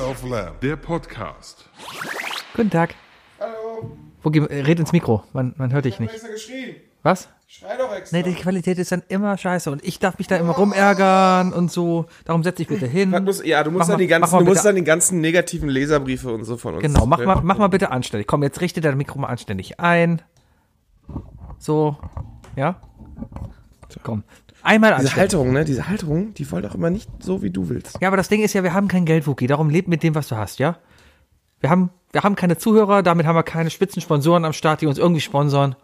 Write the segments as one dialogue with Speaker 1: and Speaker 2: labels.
Speaker 1: auf Lärm.
Speaker 2: Der Podcast.
Speaker 3: Guten Tag.
Speaker 4: Hallo,
Speaker 3: Wogi, äh, red ins Mikro. Man, man hört dich
Speaker 4: du hast
Speaker 3: nicht.
Speaker 4: ja geschrien.
Speaker 3: Was?
Speaker 4: Schrei doch extra.
Speaker 3: Nee, die Qualität ist dann immer scheiße und ich darf mich da immer rumärgern und so. Darum setz dich bitte hin.
Speaker 4: Was muss- ja, du musst,
Speaker 3: Mach
Speaker 4: dann,
Speaker 3: mal-
Speaker 4: die ganzen,
Speaker 3: mach mal
Speaker 4: du musst
Speaker 3: bitte-
Speaker 4: dann die ganzen negativen Leserbriefe und so von uns.
Speaker 3: Genau, mach
Speaker 4: ne?
Speaker 3: mal, mach mal bitte anständig. Komm, jetzt richte dein Mikro mal anständig ein. So, ja? Komm. Einmal
Speaker 4: Diese
Speaker 3: anständig.
Speaker 4: Halterung, ne? Diese Halterung, die wollen doch immer nicht so, wie du willst.
Speaker 3: Ja, aber das Ding ist ja, wir haben kein Geld, Wookie. Darum lebt mit dem, was du hast, ja? Wir haben, wir haben keine Zuhörer, damit haben wir keine Spitzensponsoren am Start, die uns irgendwie sponsern.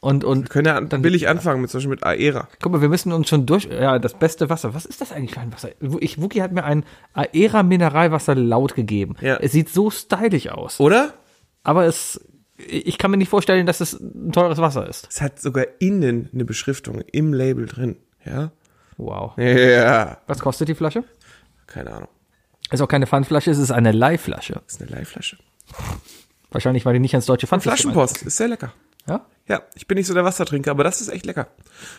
Speaker 3: Und, und,
Speaker 4: Wir können ja an, billig anfangen, mit, zum Beispiel mit Aera.
Speaker 3: guck mal, wir müssen uns schon durch, ja, das beste Wasser. Was ist das eigentlich für ein Wasser? Wo- Ich, Wookie hat mir ein Aera Mineralwasser laut gegeben.
Speaker 4: Ja.
Speaker 3: Es sieht so stylisch aus.
Speaker 4: Oder?
Speaker 3: Aber es, ich kann mir nicht vorstellen, dass es ein teures Wasser ist.
Speaker 4: Es hat sogar innen eine Beschriftung im Label drin. Ja?
Speaker 3: Wow.
Speaker 4: Ja.
Speaker 3: Was kostet die Flasche?
Speaker 4: Keine Ahnung.
Speaker 3: Ist auch keine Pfandflasche, es ist eine Leihflasche.
Speaker 4: Das ist eine Leihflasche.
Speaker 3: Wahrscheinlich, weil die nicht ans deutsche Pfandflasche
Speaker 4: Flaschenpost, ist sehr lecker.
Speaker 3: Ja?
Speaker 4: Ja, ich bin nicht so der Wassertrinker, aber das ist echt lecker.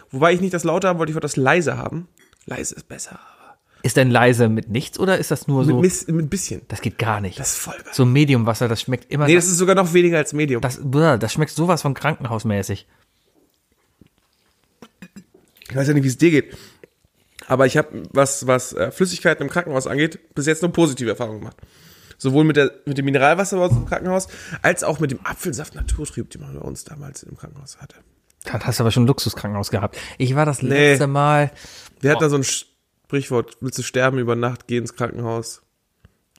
Speaker 4: Wobei ich nicht das laute haben wollte, ich wollte das leise haben. Leise ist besser.
Speaker 3: Ist denn leise mit nichts oder ist das nur so?
Speaker 4: Mit, Miss, mit bisschen.
Speaker 3: das geht gar nicht.
Speaker 4: Das ist voll geil.
Speaker 3: Also so Mediumwasser, das schmeckt immer.
Speaker 4: Nee, das ist sogar noch weniger als Medium.
Speaker 3: das, bäh, das schmeckt sowas von krankenhausmäßig.
Speaker 4: Ich weiß ja nicht, wie es dir geht. Aber ich habe, was, was äh, Flüssigkeiten im Krankenhaus angeht, bis jetzt nur positive Erfahrungen gemacht. Sowohl mit, der, mit dem Mineralwasser bei uns im Krankenhaus, als auch mit dem Apfelsaft Naturtrieb, den man bei uns damals im Krankenhaus hatte.
Speaker 3: Dann hast du aber schon ein Luxuskrankenhaus gehabt. Ich war das
Speaker 4: Nee.
Speaker 3: letzte Mal.
Speaker 4: Wir hatten da so ein Sprichwort, willst du sterben über Nacht, geh ins Krankenhaus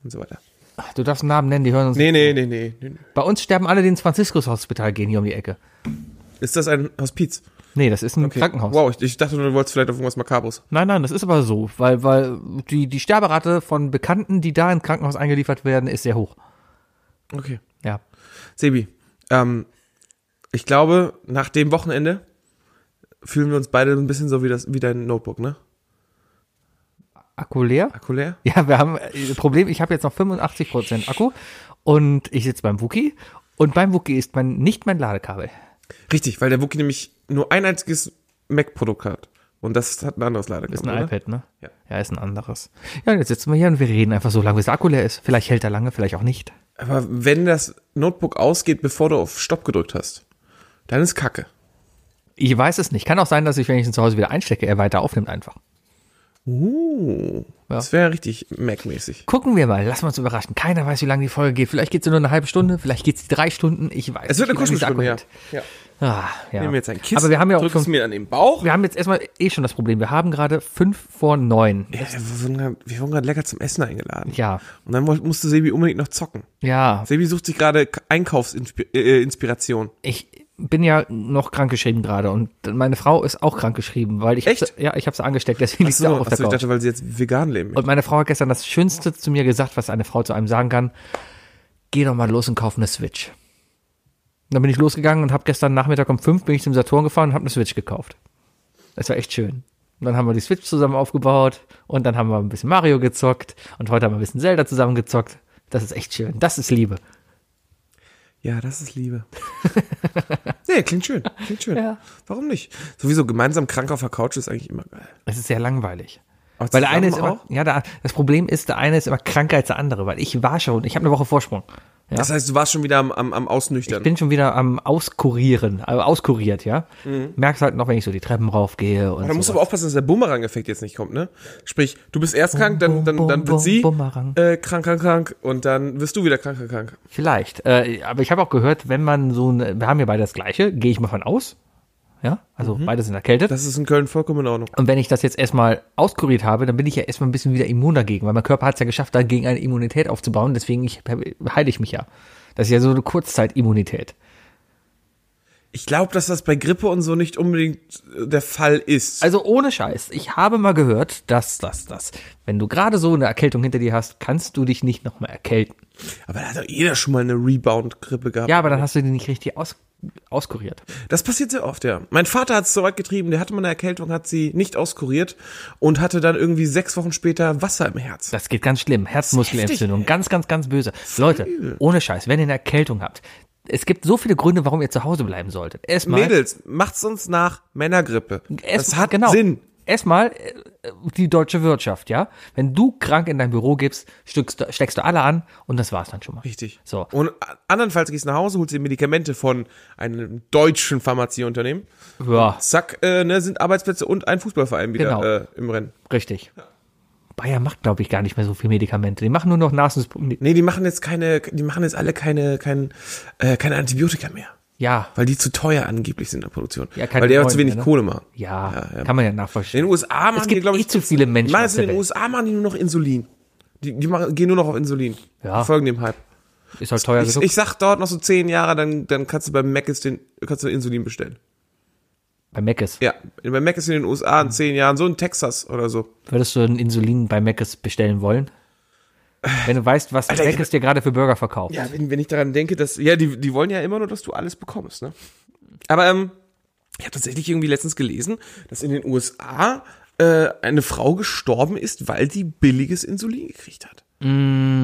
Speaker 4: und so weiter.
Speaker 3: Ach, Du darfst einen Namen nennen, die hören uns.
Speaker 4: Nee, nee, nee, nee. nee. nee.
Speaker 3: Bei uns sterben alle, die ins Franziskus-Hospital gehen, hier um die Ecke.
Speaker 4: Ist das ein Hospiz?
Speaker 3: Nee, das ist ein Krankenhaus.
Speaker 4: Wow, ich, ich dachte, du wolltest vielleicht auf irgendwas Makabros.
Speaker 3: Nein, nein, das ist aber so, weil, weil die, die Sterberate von Bekannten, die da ins Krankenhaus eingeliefert werden, ist sehr hoch.
Speaker 4: Okay.
Speaker 3: Ja.
Speaker 4: Sebi, ähm, ich glaube, nach dem Wochenende fühlen wir uns beide ein bisschen so wie, das, wie dein Notebook, ne?
Speaker 3: Akku leer?
Speaker 4: Akku leer?
Speaker 3: Ja, wir haben äh, Problem, ich habe jetzt noch 85% Akku und ich sitze beim Wookie und beim Wookie ist mein, nicht mein Ladekabel.
Speaker 4: Richtig, weil der Wookie nämlich nur ein einziges Mac-Produkt hat. Und das hat ein anderes Ladekabel.
Speaker 3: Ist ein
Speaker 4: oder?
Speaker 3: iPad, ne?
Speaker 4: Ja.
Speaker 3: Ja, ist ein anderes. Ja, und jetzt sitzen wir hier und wir reden einfach so lange, bis der Akku leer ist. Vielleicht hält er lange, vielleicht auch nicht.
Speaker 4: Aber wenn das Notebook ausgeht, bevor du auf Stopp gedrückt hast, dann ist Kacke.
Speaker 3: Ich weiß es nicht. Kann auch sein, dass ich, wenn ich ihn zu Hause wieder einstecke, er weiter aufnimmt einfach.
Speaker 4: Uh, das wäre richtig Mac-mäßig.
Speaker 3: Gucken wir mal, lassen wir uns überraschen. Keiner weiß, wie lange die Folge geht. Vielleicht geht sie nur eine halbe Stunde, vielleicht geht sie drei Stunden, ich weiß.
Speaker 4: Es wird eine
Speaker 3: nicht, wie lange dieser
Speaker 4: Kuschelstunde, ja.
Speaker 3: Akku hält.
Speaker 4: ja.
Speaker 3: Ah, ja.
Speaker 4: Nehmen wir jetzt ein Kissen,
Speaker 3: Aber wir haben ja auch
Speaker 4: drückst es
Speaker 3: fünf,
Speaker 4: mir an den Bauch.
Speaker 3: wir haben jetzt erstmal eh schon das Problem. Wir haben gerade fünf vor neun.
Speaker 4: Ja, wir wurden grad- wir wurden gerade lecker zum Essen eingeladen.
Speaker 3: Ja.
Speaker 4: Und dann wollte- musste Sebi unbedingt noch zocken.
Speaker 3: Ja,
Speaker 4: Sebi sucht sich gerade K- äh, Einkaufsinspiration.
Speaker 3: ich bin ja noch krankgeschrieben gerade und meine Frau ist auch krankgeschrieben, weil ich
Speaker 4: Echt?
Speaker 3: Hab, sie- ja, ich habe sie angesteckt, deswegen liegt sie auch auf der
Speaker 4: achso, ich
Speaker 3: Couch.
Speaker 4: dachte, weil sie jetzt vegan leben.
Speaker 3: Und meine Frau hat gestern das Schönste zu mir gesagt, was eine Frau zu einem sagen kann. Geh doch mal los und kauf eine Switch. Und Dann bin ich losgegangen und habe gestern Nachmittag um fünf bin ich zum Saturn gefahren und habe eine Switch gekauft. Das war echt schön. Und dann haben wir die Switch zusammen aufgebaut und dann haben wir ein bisschen Mario gezockt und heute haben wir ein bisschen Zelda zusammen gezockt. Das ist echt schön. Das ist Liebe.
Speaker 4: Ja, das ist Liebe. nee, klingt schön. Klingt schön.
Speaker 3: Ja.
Speaker 4: Warum nicht? Sowieso gemeinsam krank auf der Couch ist eigentlich immer geil.
Speaker 3: Es ist sehr langweilig.
Speaker 4: Aber
Speaker 3: Weil der eine ist
Speaker 4: zusammen
Speaker 3: immer, ja, der, das Problem ist, der eine ist immer kranker als der andere, weil ich war schon, ich habe eine Woche Vorsprung. Ja?
Speaker 4: Das heißt, du warst schon wieder am, am, am Ausnüchtern.
Speaker 3: Ich bin schon wieder am Auskurieren, also auskuriert, ja. Merkst halt noch, wenn ich so die Treppen raufgehe und
Speaker 4: Mhm. da musst du
Speaker 3: sowas.
Speaker 4: aber aufpassen, dass der Bumerang-Effekt jetzt nicht kommt, ne? Sprich, du bist erst krank, dann, dann,
Speaker 3: bum,
Speaker 4: dann
Speaker 3: bum,
Speaker 4: wird sie
Speaker 3: Bumerang.
Speaker 4: äh, krank, krank, krank und dann wirst du wieder krank, krank, krank.
Speaker 3: Vielleicht. Äh, aber ich habe auch gehört, wenn man so eine, wir haben ja beide das gleiche, gehe ich mal von aus. Ja, also beide sind erkältet.
Speaker 4: Mhm. Das ist in Köln vollkommen in Ordnung.
Speaker 3: und wenn ich das jetzt erstmal auskuriert habe, dann bin ich ja erstmal ein bisschen wieder immun dagegen, weil mein Körper hat es ja geschafft, dagegen eine Immunität aufzubauen, deswegen ich, heile ich mich ja. Das ist ja so eine Kurzzeitimmunität.
Speaker 4: Ich glaube, dass das bei Grippe und so nicht unbedingt äh, der Fall ist.
Speaker 3: Also ohne Scheiß, ich habe mal gehört, dass das, das, wenn du gerade so eine Erkältung hinter dir hast, kannst du dich nicht nochmal erkälten.
Speaker 4: aber da hat doch jeder schon mal eine Rebound-Grippe gehabt.
Speaker 3: Ja, aber dann hast du die nicht richtig aus, auskuriert.
Speaker 4: Das passiert sehr oft, ja. Mein Vater hat es so weit getrieben, der hatte mal eine Erkältung, hat sie nicht auskuriert und hatte dann irgendwie sechs Wochen später Wasser im Herz.
Speaker 3: Das geht ganz schlimm. Herzmuskelentzündung, ganz, ganz, ganz böse. Leute, ohne Scheiß, wenn ihr eine Erkältung habt, es gibt so viele Gründe, warum ihr zu Hause bleiben solltet. Erstmal,
Speaker 4: Mädels, macht's uns nach Männergrippe.
Speaker 3: Es-
Speaker 4: das hat
Speaker 3: genau.
Speaker 4: Sinn.
Speaker 3: erstmal äh, die deutsche Wirtschaft, ja. Wenn du krank in dein Büro gibst, steckst du, steckst du alle an und das war's dann schon mal.
Speaker 4: Richtig.
Speaker 3: So.
Speaker 4: Und a- andernfalls gehst du nach Hause, holst dir Medikamente von einem deutschen Pharmazieunternehmen.
Speaker 3: Ja,
Speaker 4: Zack, äh, ne, sind Arbeitsplätze und ein Fußballverein wieder
Speaker 3: Genau.
Speaker 4: äh, im Rennen.
Speaker 3: richtig. Bayer macht, glaube ich, gar nicht mehr so viel Medikamente. Die machen nur noch Nasenspr nee,
Speaker 4: Nee, die machen jetzt keine, die machen jetzt alle keine, kein, äh, keine Antibiotika mehr.
Speaker 3: Ja,
Speaker 4: Weil die zu teuer angeblich sind in der Produktion.
Speaker 3: Ja, keine
Speaker 4: weil die aber
Speaker 3: neuen
Speaker 4: zu wenig
Speaker 3: mehr, ne?
Speaker 4: Kohle machen.
Speaker 3: ja,
Speaker 4: Ja, ja.
Speaker 3: kann man ja
Speaker 4: In
Speaker 3: nachvollziehen.
Speaker 4: den USA machen die,
Speaker 3: gibt
Speaker 4: glaube ich,
Speaker 3: eh zu viele Menschen
Speaker 4: Mann,
Speaker 3: auf
Speaker 4: in
Speaker 3: der
Speaker 4: den
Speaker 3: Welt.
Speaker 4: USA machen die nur noch Insulin. Die, die machen, gehen nur noch auf Insulin.
Speaker 3: Ja.
Speaker 4: Die folgen dem Hype.
Speaker 3: Ist halt teuer
Speaker 4: Ich,
Speaker 3: genug.
Speaker 4: ich sag dort noch so zehn Jahre, dann, dann kannst du beim Mac ist den, kannst du Insulin bestellen.
Speaker 3: bei Mc's.
Speaker 4: Ja. Bei Mac ist in den USA in zehn Jahren, so in Texas oder so.
Speaker 3: Würdest du ein Insulin bei Mc's bestellen wollen? Wenn du weißt, was
Speaker 4: Alter, ich-
Speaker 3: Mc's dir gerade für Burger verkauft.
Speaker 4: Ja, wenn, wenn ich daran denke, dass. Ja, die, die wollen ja immer nur, dass du alles bekommst, ne? Aber ähm, ich habe tatsächlich irgendwie letztens gelesen, dass in den USA äh, eine Frau gestorben ist, weil die billiges Insulin gekriegt hat.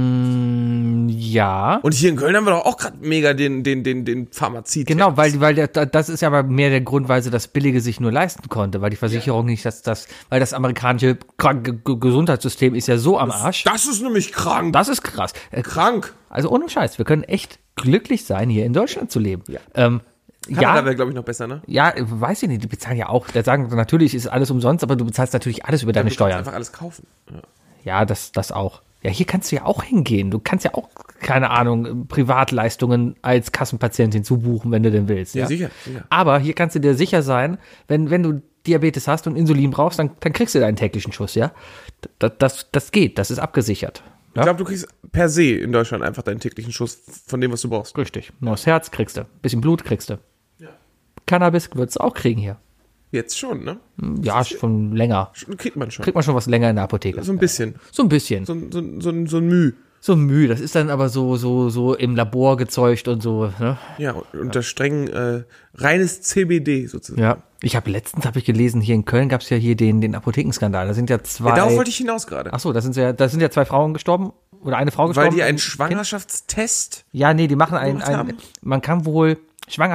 Speaker 3: Mm, ja.
Speaker 4: Und hier in Köln haben wir doch auch gerade mega den, den, den, den Pharmazie.
Speaker 3: Genau, weil, weil der, das ist ja aber mehr der Grund, weil sie das Billige sich nur leisten konnte, weil die Versicherung nicht, dass das, weil das amerikanische Krank Ge- Gesundheitssystem ist ja so am Arsch.
Speaker 4: Das ist nämlich krank.
Speaker 3: Das ist krass. Äh,
Speaker 4: krank.
Speaker 3: Also ohne Scheiß, wir können echt glücklich sein, hier in Deutschland zu leben. Ja, ähm,
Speaker 4: Kanada
Speaker 3: ja,
Speaker 4: wäre, glaube ich, noch besser, ne?
Speaker 3: ja, weiß ich nicht, die bezahlen ja auch, da sagen sie, natürlich ist alles umsonst, aber du bezahlst natürlich alles über deine
Speaker 4: Du kannst
Speaker 3: Steuern.
Speaker 4: Einfach alles kaufen. Ja.
Speaker 3: Ja, das, das auch. Ja, hier kannst du ja auch hingehen. Du kannst ja auch, keine Ahnung, Privatleistungen als Kassenpatient hinzubuchen, wenn du denn willst. Ja,
Speaker 4: sicher, sicher.
Speaker 3: Aber hier kannst du dir sicher sein, wenn, wenn du Diabetes hast und Insulin brauchst, dann, dann kriegst du deinen täglichen Schuss, ja. Das, das, das geht, das ist abgesichert.
Speaker 4: Ich
Speaker 3: Ja?
Speaker 4: glaube, du kriegst per se in Deutschland einfach deinen täglichen Schuss von dem, was du brauchst.
Speaker 3: Richtig. Neues Herz kriegst du, bisschen Blut kriegst du. Cannabis würdest du auch kriegen hier.
Speaker 4: Jetzt schon, ne?
Speaker 3: Ja, schon länger.
Speaker 4: Schon- Kriegt man schon.
Speaker 3: Hm. Kriegt man schon was länger in der Apotheke.
Speaker 4: So ein bisschen.
Speaker 3: So ein bisschen.
Speaker 4: So, ein- so, ein- so, ein- so ein Müh.
Speaker 3: So Mühe. Das ist dann aber so, so, so im Labor gezeugt und so, ne?
Speaker 4: Ja, und- unter strengen, äh, reines CBD sozusagen.
Speaker 3: Ja, ich habe letztens habe ich gelesen, hier in Köln gab's ja hier den den Apothekenskandal. Da sind ja zwei.
Speaker 4: Ja,
Speaker 3: Ja,
Speaker 4: darauf wollte ich hinaus gerade.
Speaker 3: ach so, da sind ja da sind ja zwei Frauen gestorben oder eine Frau gestorben.
Speaker 4: Weil die einen
Speaker 3: Kind-
Speaker 4: Schwangerschaftstest.
Speaker 3: Ja, nee, die machen einen,
Speaker 4: gemacht
Speaker 3: einen
Speaker 4: haben?
Speaker 3: man kann wohl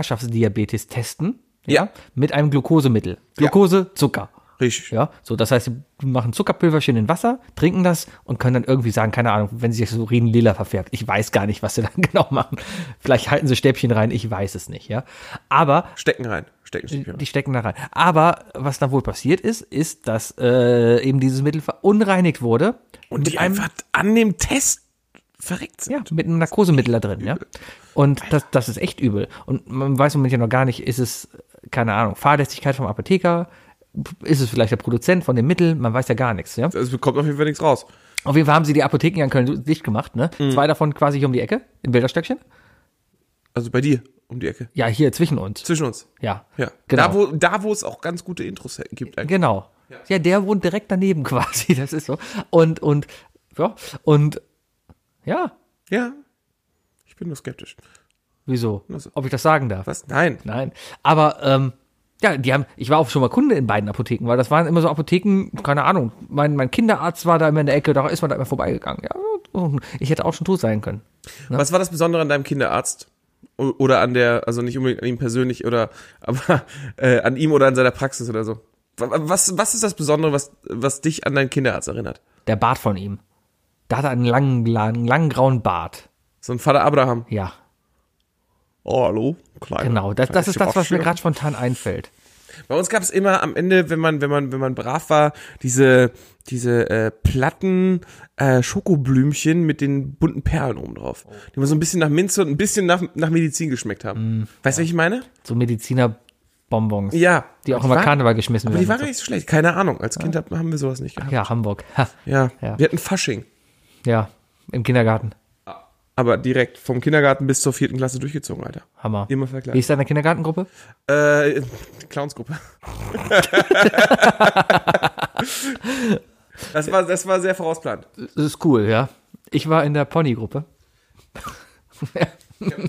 Speaker 3: Schwangerschaftsdiabetes testen. Ja.
Speaker 4: Ja.
Speaker 3: Mit einem Glukosemittel. Glukose, Zucker.
Speaker 4: Richtig.
Speaker 3: Ja, so das heißt, sie machen Zuckerpülverchen in Wasser, trinken das und können dann irgendwie sagen, keine Ahnung, wenn sie sich so reden lila verfärbt. Ich weiß gar nicht, was sie dann genau machen. Vielleicht halten sie Stäbchen rein, ich weiß es nicht, ja. Aber
Speaker 4: Stecken rein. Stecken, Stecken rein.
Speaker 3: die stecken da rein. Aber was da wohl passiert ist, ist, dass äh, eben dieses Mittel verunreinigt wurde.
Speaker 4: Und die einfach an dem Test verreckt sind.
Speaker 3: Ja, mit einem Narkosemittel da drin, ja. Und das, das ist echt übel. Und man weiß im Moment ja noch gar nicht, ist es, keine Ahnung, Fahrlässigkeit vom Apotheker, ist es vielleicht der Produzent von dem Mittel, man weiß ja gar nichts, ja.
Speaker 4: Also bekommt auf jeden Fall nichts raus.
Speaker 3: Auf jeden Fall haben sie die Apotheken ja in Köln dicht gemacht, ne?
Speaker 4: Mhm.
Speaker 3: Zwei davon quasi hier um die Ecke, in Bilderstöckchen.
Speaker 4: Also bei dir, um die Ecke.
Speaker 3: Ja, hier zwischen uns.
Speaker 4: Zwischen uns.
Speaker 3: Ja.
Speaker 4: Ja.
Speaker 3: Genau.
Speaker 4: Da, wo, da, wo es auch ganz gute Intros gibt eigentlich.
Speaker 3: Genau. Ja. der wohnt direkt daneben quasi, das ist so. Und, und, ja, und, ja,
Speaker 4: Ja. Ich bin nur skeptisch.
Speaker 3: Wieso?
Speaker 4: Also-
Speaker 3: Ob ich das sagen darf?
Speaker 4: Was? Nein.
Speaker 3: Nein. Aber ähm, ja, die haben, ich war auch schon mal Kunde in beiden Apotheken, weil das waren immer so Apotheken, keine Ahnung. Mein, mein Kinderarzt war da immer in der Ecke, da ist man da immer vorbeigegangen. Ja, ich hätte auch schon tot sein können.
Speaker 4: Was war das Besondere an deinem Kinderarzt? O- Oder an der, also nicht unbedingt an ihm persönlich oder aber äh, an ihm oder an seiner Praxis oder so. Wa- wa- Was, was ist das Besondere, was, was dich an deinen Kinderarzt erinnert?
Speaker 3: Der Bart von ihm. Da hat er einen langen, langen, langen grauen Bart.
Speaker 4: So ein Vater Abraham.
Speaker 3: Ja,
Speaker 4: Oh, hallo. Kleine,
Speaker 3: genau. Das, das
Speaker 4: kleine
Speaker 3: ist das, was mir
Speaker 4: Sebastian.
Speaker 3: gerade spontan einfällt.
Speaker 4: Bei uns gab es immer am Ende, wenn man, wenn man, wenn man brav war, diese, diese äh, platten äh, Schokoblümchen mit den bunten Perlen oben drauf.
Speaker 3: Oh.
Speaker 4: Die immer so ein bisschen nach Minze und ein bisschen nach, nach Medizin geschmeckt
Speaker 3: Mhm.
Speaker 4: haben. weißt du, was ich meine?
Speaker 3: So Medizinerbonbons.
Speaker 4: Ja.
Speaker 3: Die auch immer
Speaker 4: waren-
Speaker 3: Karneval geschmissen
Speaker 4: Aber die
Speaker 3: werden.
Speaker 4: waren gar nicht so schlecht. Keine Ahnung. Als Kind hat- haben wir sowas nicht gehabt.
Speaker 3: ja, Hamburg. Ha,
Speaker 4: Ja.
Speaker 3: Ja.
Speaker 4: Wir hatten Fasching.
Speaker 3: ja, im Kindergarten.
Speaker 4: Aber direkt vom Kindergarten bis zur vierten Klasse durchgezogen, Alter.
Speaker 3: Hammer.
Speaker 4: Immer
Speaker 3: Wie
Speaker 4: vergleichen.
Speaker 3: ist deine Kindergartengruppe?
Speaker 4: Äh, Clownsgruppe. das, war, das war sehr vorausplant.
Speaker 3: Das ist cool, ja. Ich war in der Pony-Gruppe.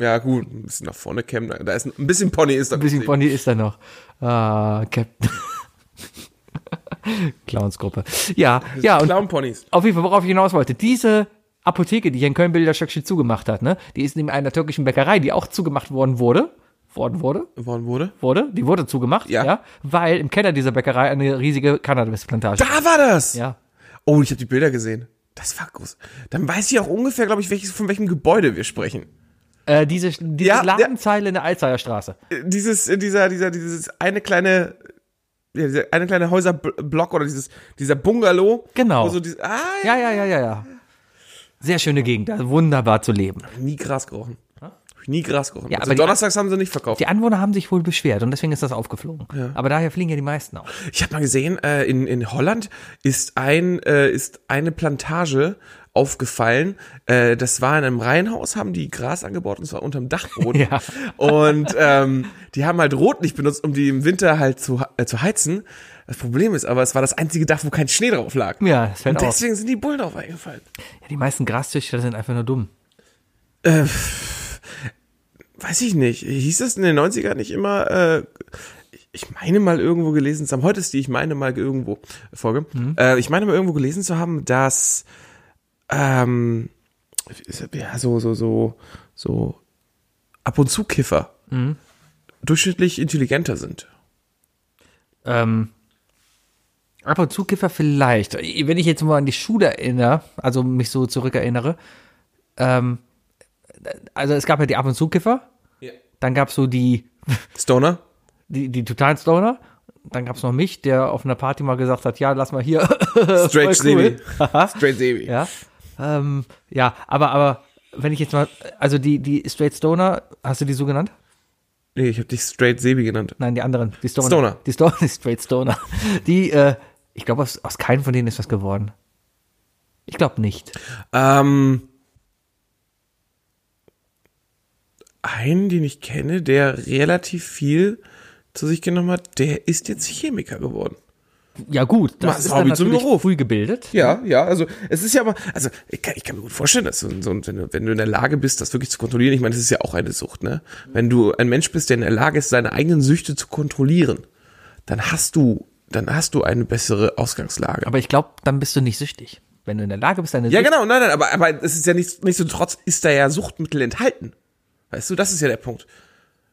Speaker 4: Ja, gut, ein bisschen nach vorne kämmen. Da ist ein, ein bisschen Pony ist da.
Speaker 3: Ein bisschen Bonnie ist da noch. Ah, Captain. Clownsgruppe. Ja, ja, und
Speaker 4: Clown-Ponys.
Speaker 3: auf jeden Fall, worauf ich hinaus wollte. Diese Apotheke, die hier in Köln Bilderstöckchen zugemacht hat, ne, die ist neben einer türkischen Bäckerei, die auch zugemacht worden wurde. worden wurde,
Speaker 4: Worden wurde.
Speaker 3: wurde, die wurde zugemacht,
Speaker 4: Ja.
Speaker 3: weil im Keller dieser Bäckerei eine riesige Cannabisplantage.
Speaker 4: Da war das!
Speaker 3: Ja.
Speaker 4: Oh, ich habe die Bilder gesehen. Das war groß. Dann weiß ich auch ungefähr, glaube ich, welches, von welchem Gebäude wir sprechen.
Speaker 3: Äh, diese diese
Speaker 4: Ja, ja.
Speaker 3: Ladenzeile in der Alzheimer Straße.
Speaker 4: Äh, Dieses, äh, dieser, dieser, dieses eine kleine, ja, dieser eine kleine Häuserblock oder dieses, dieser Bungalow.
Speaker 3: Genau.
Speaker 4: Wo so diese, ah, ja.
Speaker 3: Ja, ja, ja, ja, ja. Sehr schöne Gegend, also wunderbar zu leben.
Speaker 4: Nie Gras gerochen. Hab ich Nie Gras gerochen.
Speaker 3: Ja,
Speaker 4: also
Speaker 3: aber die-
Speaker 4: donnerstags haben sie nicht verkauft.
Speaker 3: Die Anwohner haben sich wohl beschwert und deswegen ist das aufgeflogen. Aber daher fliegen ja die meisten auf.
Speaker 4: Ich habe mal gesehen, äh, in, in Holland ist ein äh, ist eine Plantage aufgefallen. Äh, das war in einem Reihenhaus, haben die Gras angebaut und zwar unterm Dachboden.
Speaker 3: Ja.
Speaker 4: Und ähm, die haben halt Rotlicht benutzt, um die im Winter halt zu, äh, zu heizen. Das Problem ist aber, es war das einzige Dach, wo kein Schnee drauf lag.
Speaker 3: Ja, das fällt
Speaker 4: Und
Speaker 3: auf.
Speaker 4: deswegen sind die Bullen drauf eingefallen.
Speaker 3: Ja, die meisten Grastüchter sind einfach nur dumm.
Speaker 4: Weiß ich nicht. Hieß das in den 90ern nicht immer, äh, ich- ich meine mal irgendwo gelesen zu haben, heute ist die, ich meine mal irgendwo Folge,
Speaker 3: Mhm.
Speaker 4: äh, ich meine mal irgendwo gelesen zu haben, dass, ähm, ist- ja, so, so, so, so ab und zu Kiffer
Speaker 3: Mhm.
Speaker 4: durchschnittlich intelligenter sind.
Speaker 3: Ähm, ab und zu Kiffer vielleicht. Wenn ich jetzt mal an die Schule erinnere, also mich so zurückerinnere, ähm, also es gab ja die ab und zu Kiffer, dann gab es so die,
Speaker 4: Stoner?
Speaker 3: die, die totalen Stoner, dann gab es noch mich, der auf einer Party mal gesagt hat, ja, lass mal hier.
Speaker 4: Straight
Speaker 3: Voll cool.
Speaker 4: Sebi. Straight Sebi.
Speaker 3: Ja, ähm, ja aber, aber wenn ich jetzt mal, also die, die Straight Stoner, hast du die so genannt?
Speaker 4: Nee, ich habe dich Straight Sebi genannt.
Speaker 3: Nein, die anderen, die Stoner.
Speaker 4: Stoner.
Speaker 3: Die Stoner, die Straight Stoner. Die, äh, ich glaube, aus, aus keinem von denen ist was geworden. Ich glaube nicht.
Speaker 4: Ähm, einen, den ich kenne, der relativ viel zu sich genommen hat, der ist jetzt Chemiker geworden.
Speaker 3: Ja gut, das
Speaker 4: Was,
Speaker 3: ist
Speaker 4: Hobby
Speaker 3: dann
Speaker 4: zum
Speaker 3: natürlich
Speaker 4: Beruf.
Speaker 3: früh gebildet.
Speaker 4: Ja, ja, also es ist ja aber, also ich kann, ich kann mir gut vorstellen, dass so, ein- so ein- wenn, du, wenn du in der Lage bist, das wirklich zu kontrollieren, ich meine, das ist ja auch eine Sucht, ne? Wenn du ein Mensch bist, der in der Lage ist, seine eigenen Süchte zu kontrollieren, dann hast du, dann hast du eine bessere Ausgangslage.
Speaker 3: Aber ich glaube, dann bist du nicht süchtig. Wenn du in der Lage bist, deine
Speaker 4: Ja,
Speaker 3: Sucht-
Speaker 4: genau, nein, nein, aber, aber es ist ja nicht, nicht so trotz, ist da ja Suchtmittel enthalten. Weißt du, das ist ja der Punkt.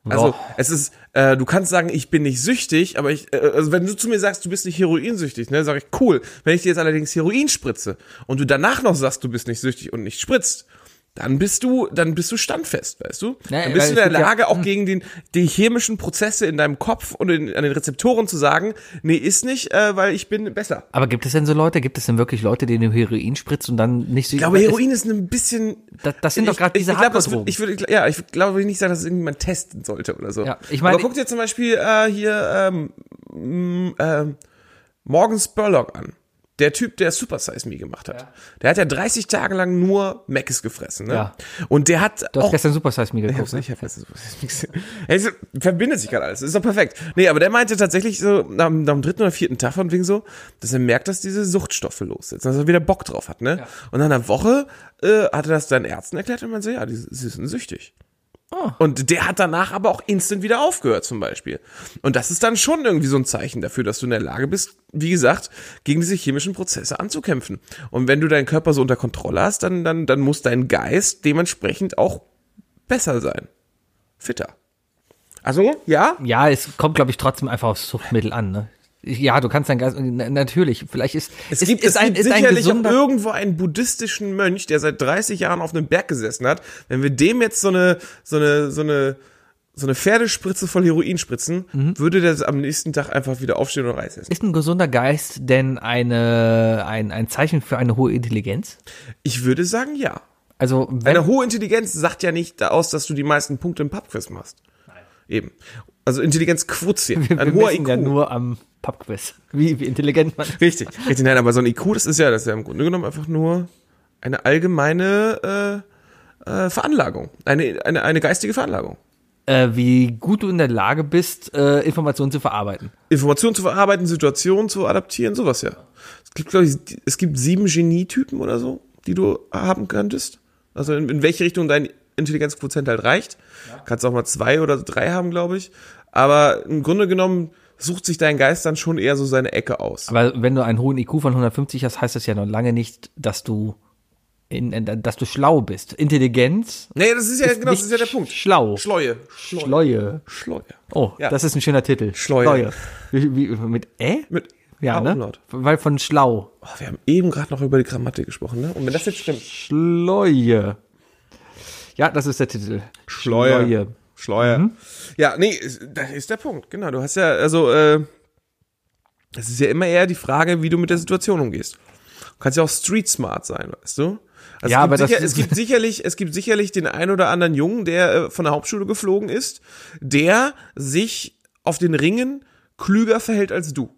Speaker 4: Also,
Speaker 3: Boah.
Speaker 4: es ist, äh, du kannst sagen, ich bin nicht süchtig, aber ich, äh, also wenn du zu mir sagst, du bist nicht heroinsüchtig, ne, sag ich, cool. Wenn ich dir jetzt allerdings Heroin spritze und du danach noch sagst, du bist nicht süchtig und nicht spritzt, dann bist du, dann bist du standfest, weißt du?
Speaker 3: Ja, weil
Speaker 4: dann bist du in
Speaker 3: es
Speaker 4: der
Speaker 3: gibt ja- Hm.
Speaker 4: Lage, auch gegen den, die chemischen Prozesse in deinem Kopf und in, an den Rezeptoren zu sagen, nee, ist nicht, äh, weil ich bin besser.
Speaker 3: Aber gibt es denn so Leute, gibt es denn wirklich Leute, denen du Heroin spritzt und dann nicht süchtig
Speaker 4: Ich glaube, Heroin ist ein bisschen.
Speaker 3: Das- das sind doch
Speaker 4: Ich-
Speaker 3: gerade
Speaker 4: ich-
Speaker 3: diese
Speaker 4: ich glaube, das
Speaker 3: Hardcore-Drogen.
Speaker 4: würd- Ich würde, ja, ich würd- glaube nicht sagen, dass es irgendjemand testen sollte oder so.
Speaker 3: Ja, ich meine-
Speaker 4: Aber guck dir zum Beispiel äh, hier ähm, m, ähm, Morgan Spurlock an. Der Typ, der Super Size Me gemacht hat. Der hat ja 30 Tage lang nur Meckes gefressen, ne?
Speaker 3: Ja.
Speaker 4: Und der hat
Speaker 3: Du hast
Speaker 4: auch
Speaker 3: gestern Super Size Me geguckt. ne?
Speaker 4: ich hab jetzt es verbindet sich gerade alles. Ist doch perfekt. Nee, aber der meinte tatsächlich so am, am dritten oder vierten Tag von wegen so, dass er merkt, dass diese Suchtstoffe lossetzen, dass er wieder Bock drauf hat, ne? Und nach einer Woche äh, hat er das seinen Ärzten erklärt und man so, ja, die, sie sind süchtig. Und der hat danach aber auch instant wieder aufgehört, zum Beispiel. Und das ist dann schon irgendwie so ein Zeichen dafür, dass du in der Lage bist, wie gesagt, gegen diese chemischen Prozesse anzukämpfen. Und wenn du deinen Körper so unter Kontrolle hast, dann, dann, dann muss dein Geist dementsprechend auch besser sein. Fitter. Also, ja?
Speaker 3: Ja, es kommt, glaube ich, trotzdem einfach aufs Suchtmittel an. Ne? Ja, du kannst dein Geist, na- natürlich, vielleicht ist,
Speaker 4: Es
Speaker 3: ist,
Speaker 4: gibt,
Speaker 3: ist
Speaker 4: es
Speaker 3: ein,
Speaker 4: gibt
Speaker 3: ist ein
Speaker 4: sicherlich auch
Speaker 3: gesunder,
Speaker 4: irgendwo einen buddhistischen Mönch, der seit 30 Jahren auf einem Berg gesessen hat. Wenn wir dem jetzt so eine, so eine, so eine, so eine Pferdespritze voll Heroin spritzen,
Speaker 3: Mhm.
Speaker 4: würde der am nächsten Tag einfach wieder aufstehen und Reis essen.
Speaker 3: ist ein gesunder Geist denn eine, ein, ein Zeichen für eine hohe Intelligenz?
Speaker 4: Ich würde sagen, ja.
Speaker 3: Also, wenn,
Speaker 4: Eine hohe Intelligenz sagt ja nicht aus, dass du die meisten Punkte im Pubquiz machst. Eben. Also Intelligenzquotient,
Speaker 3: wir
Speaker 4: ein hoher
Speaker 3: messen
Speaker 4: IQ.
Speaker 3: ja nur am Pubquiz, wie, wie intelligent man ist.
Speaker 4: Richtig, richtig. Nein, aber so ein IQ, das ist ja, das ist ja im Grunde genommen einfach nur eine allgemeine äh, äh, Veranlagung, eine, eine, eine geistige Veranlagung.
Speaker 3: äh, wie gut du in der Lage bist, äh, Informationen zu verarbeiten.
Speaker 4: Informationen zu verarbeiten, Situationen zu adaptieren, sowas ja. Es gibt, glaube ich, es gibt sieben Genietypen oder so, die du haben könntest. Also in, in welche Richtung dein Intelligenzquotient halt reicht. Kannst auch mal zwei oder drei haben, glaube ich. Aber im Grunde genommen sucht sich dein Geist dann schon eher so seine Ecke aus.
Speaker 3: Aber wenn du einen hohen IQ von 150 hast, heißt das ja noch lange nicht, dass du in, in, dass du schlau bist. Intelligenz,
Speaker 4: Nee, das ist ja, genau, das
Speaker 3: nicht
Speaker 4: ist ja der Punkt.
Speaker 3: schlau.
Speaker 4: Schleue.
Speaker 3: Schleue.
Speaker 4: Schleue.
Speaker 3: Oh,
Speaker 4: Ja.
Speaker 3: das ist ein schöner Titel.
Speaker 4: Schleue.
Speaker 3: Wie, wie, mit Ä?
Speaker 4: Mit
Speaker 3: ja, ne?
Speaker 4: Umlaut.
Speaker 3: Weil von schlau.
Speaker 4: Oh, wir haben eben gerade noch über die Grammatik gesprochen, ne? Und wenn das jetzt stimmt.
Speaker 3: Schleue. Ja, das ist der Titel. Schleue.
Speaker 4: Schleue. Mhm. Ja, nee, ist- das ist der Punkt. Genau, du hast ja, also, äh, es ist ja immer eher die Frage, wie du mit der Situation umgehst. Du kannst ja auch street smart sein, weißt du?
Speaker 3: Ja,
Speaker 4: Also es gibt
Speaker 3: aber das
Speaker 4: sicher,
Speaker 3: ist-
Speaker 4: es gibt sicherlich, es gibt sicherlich den einen oder anderen Jungen, der äh, von der Hauptschule geflogen ist, der sich auf den Ringen klüger verhält als du.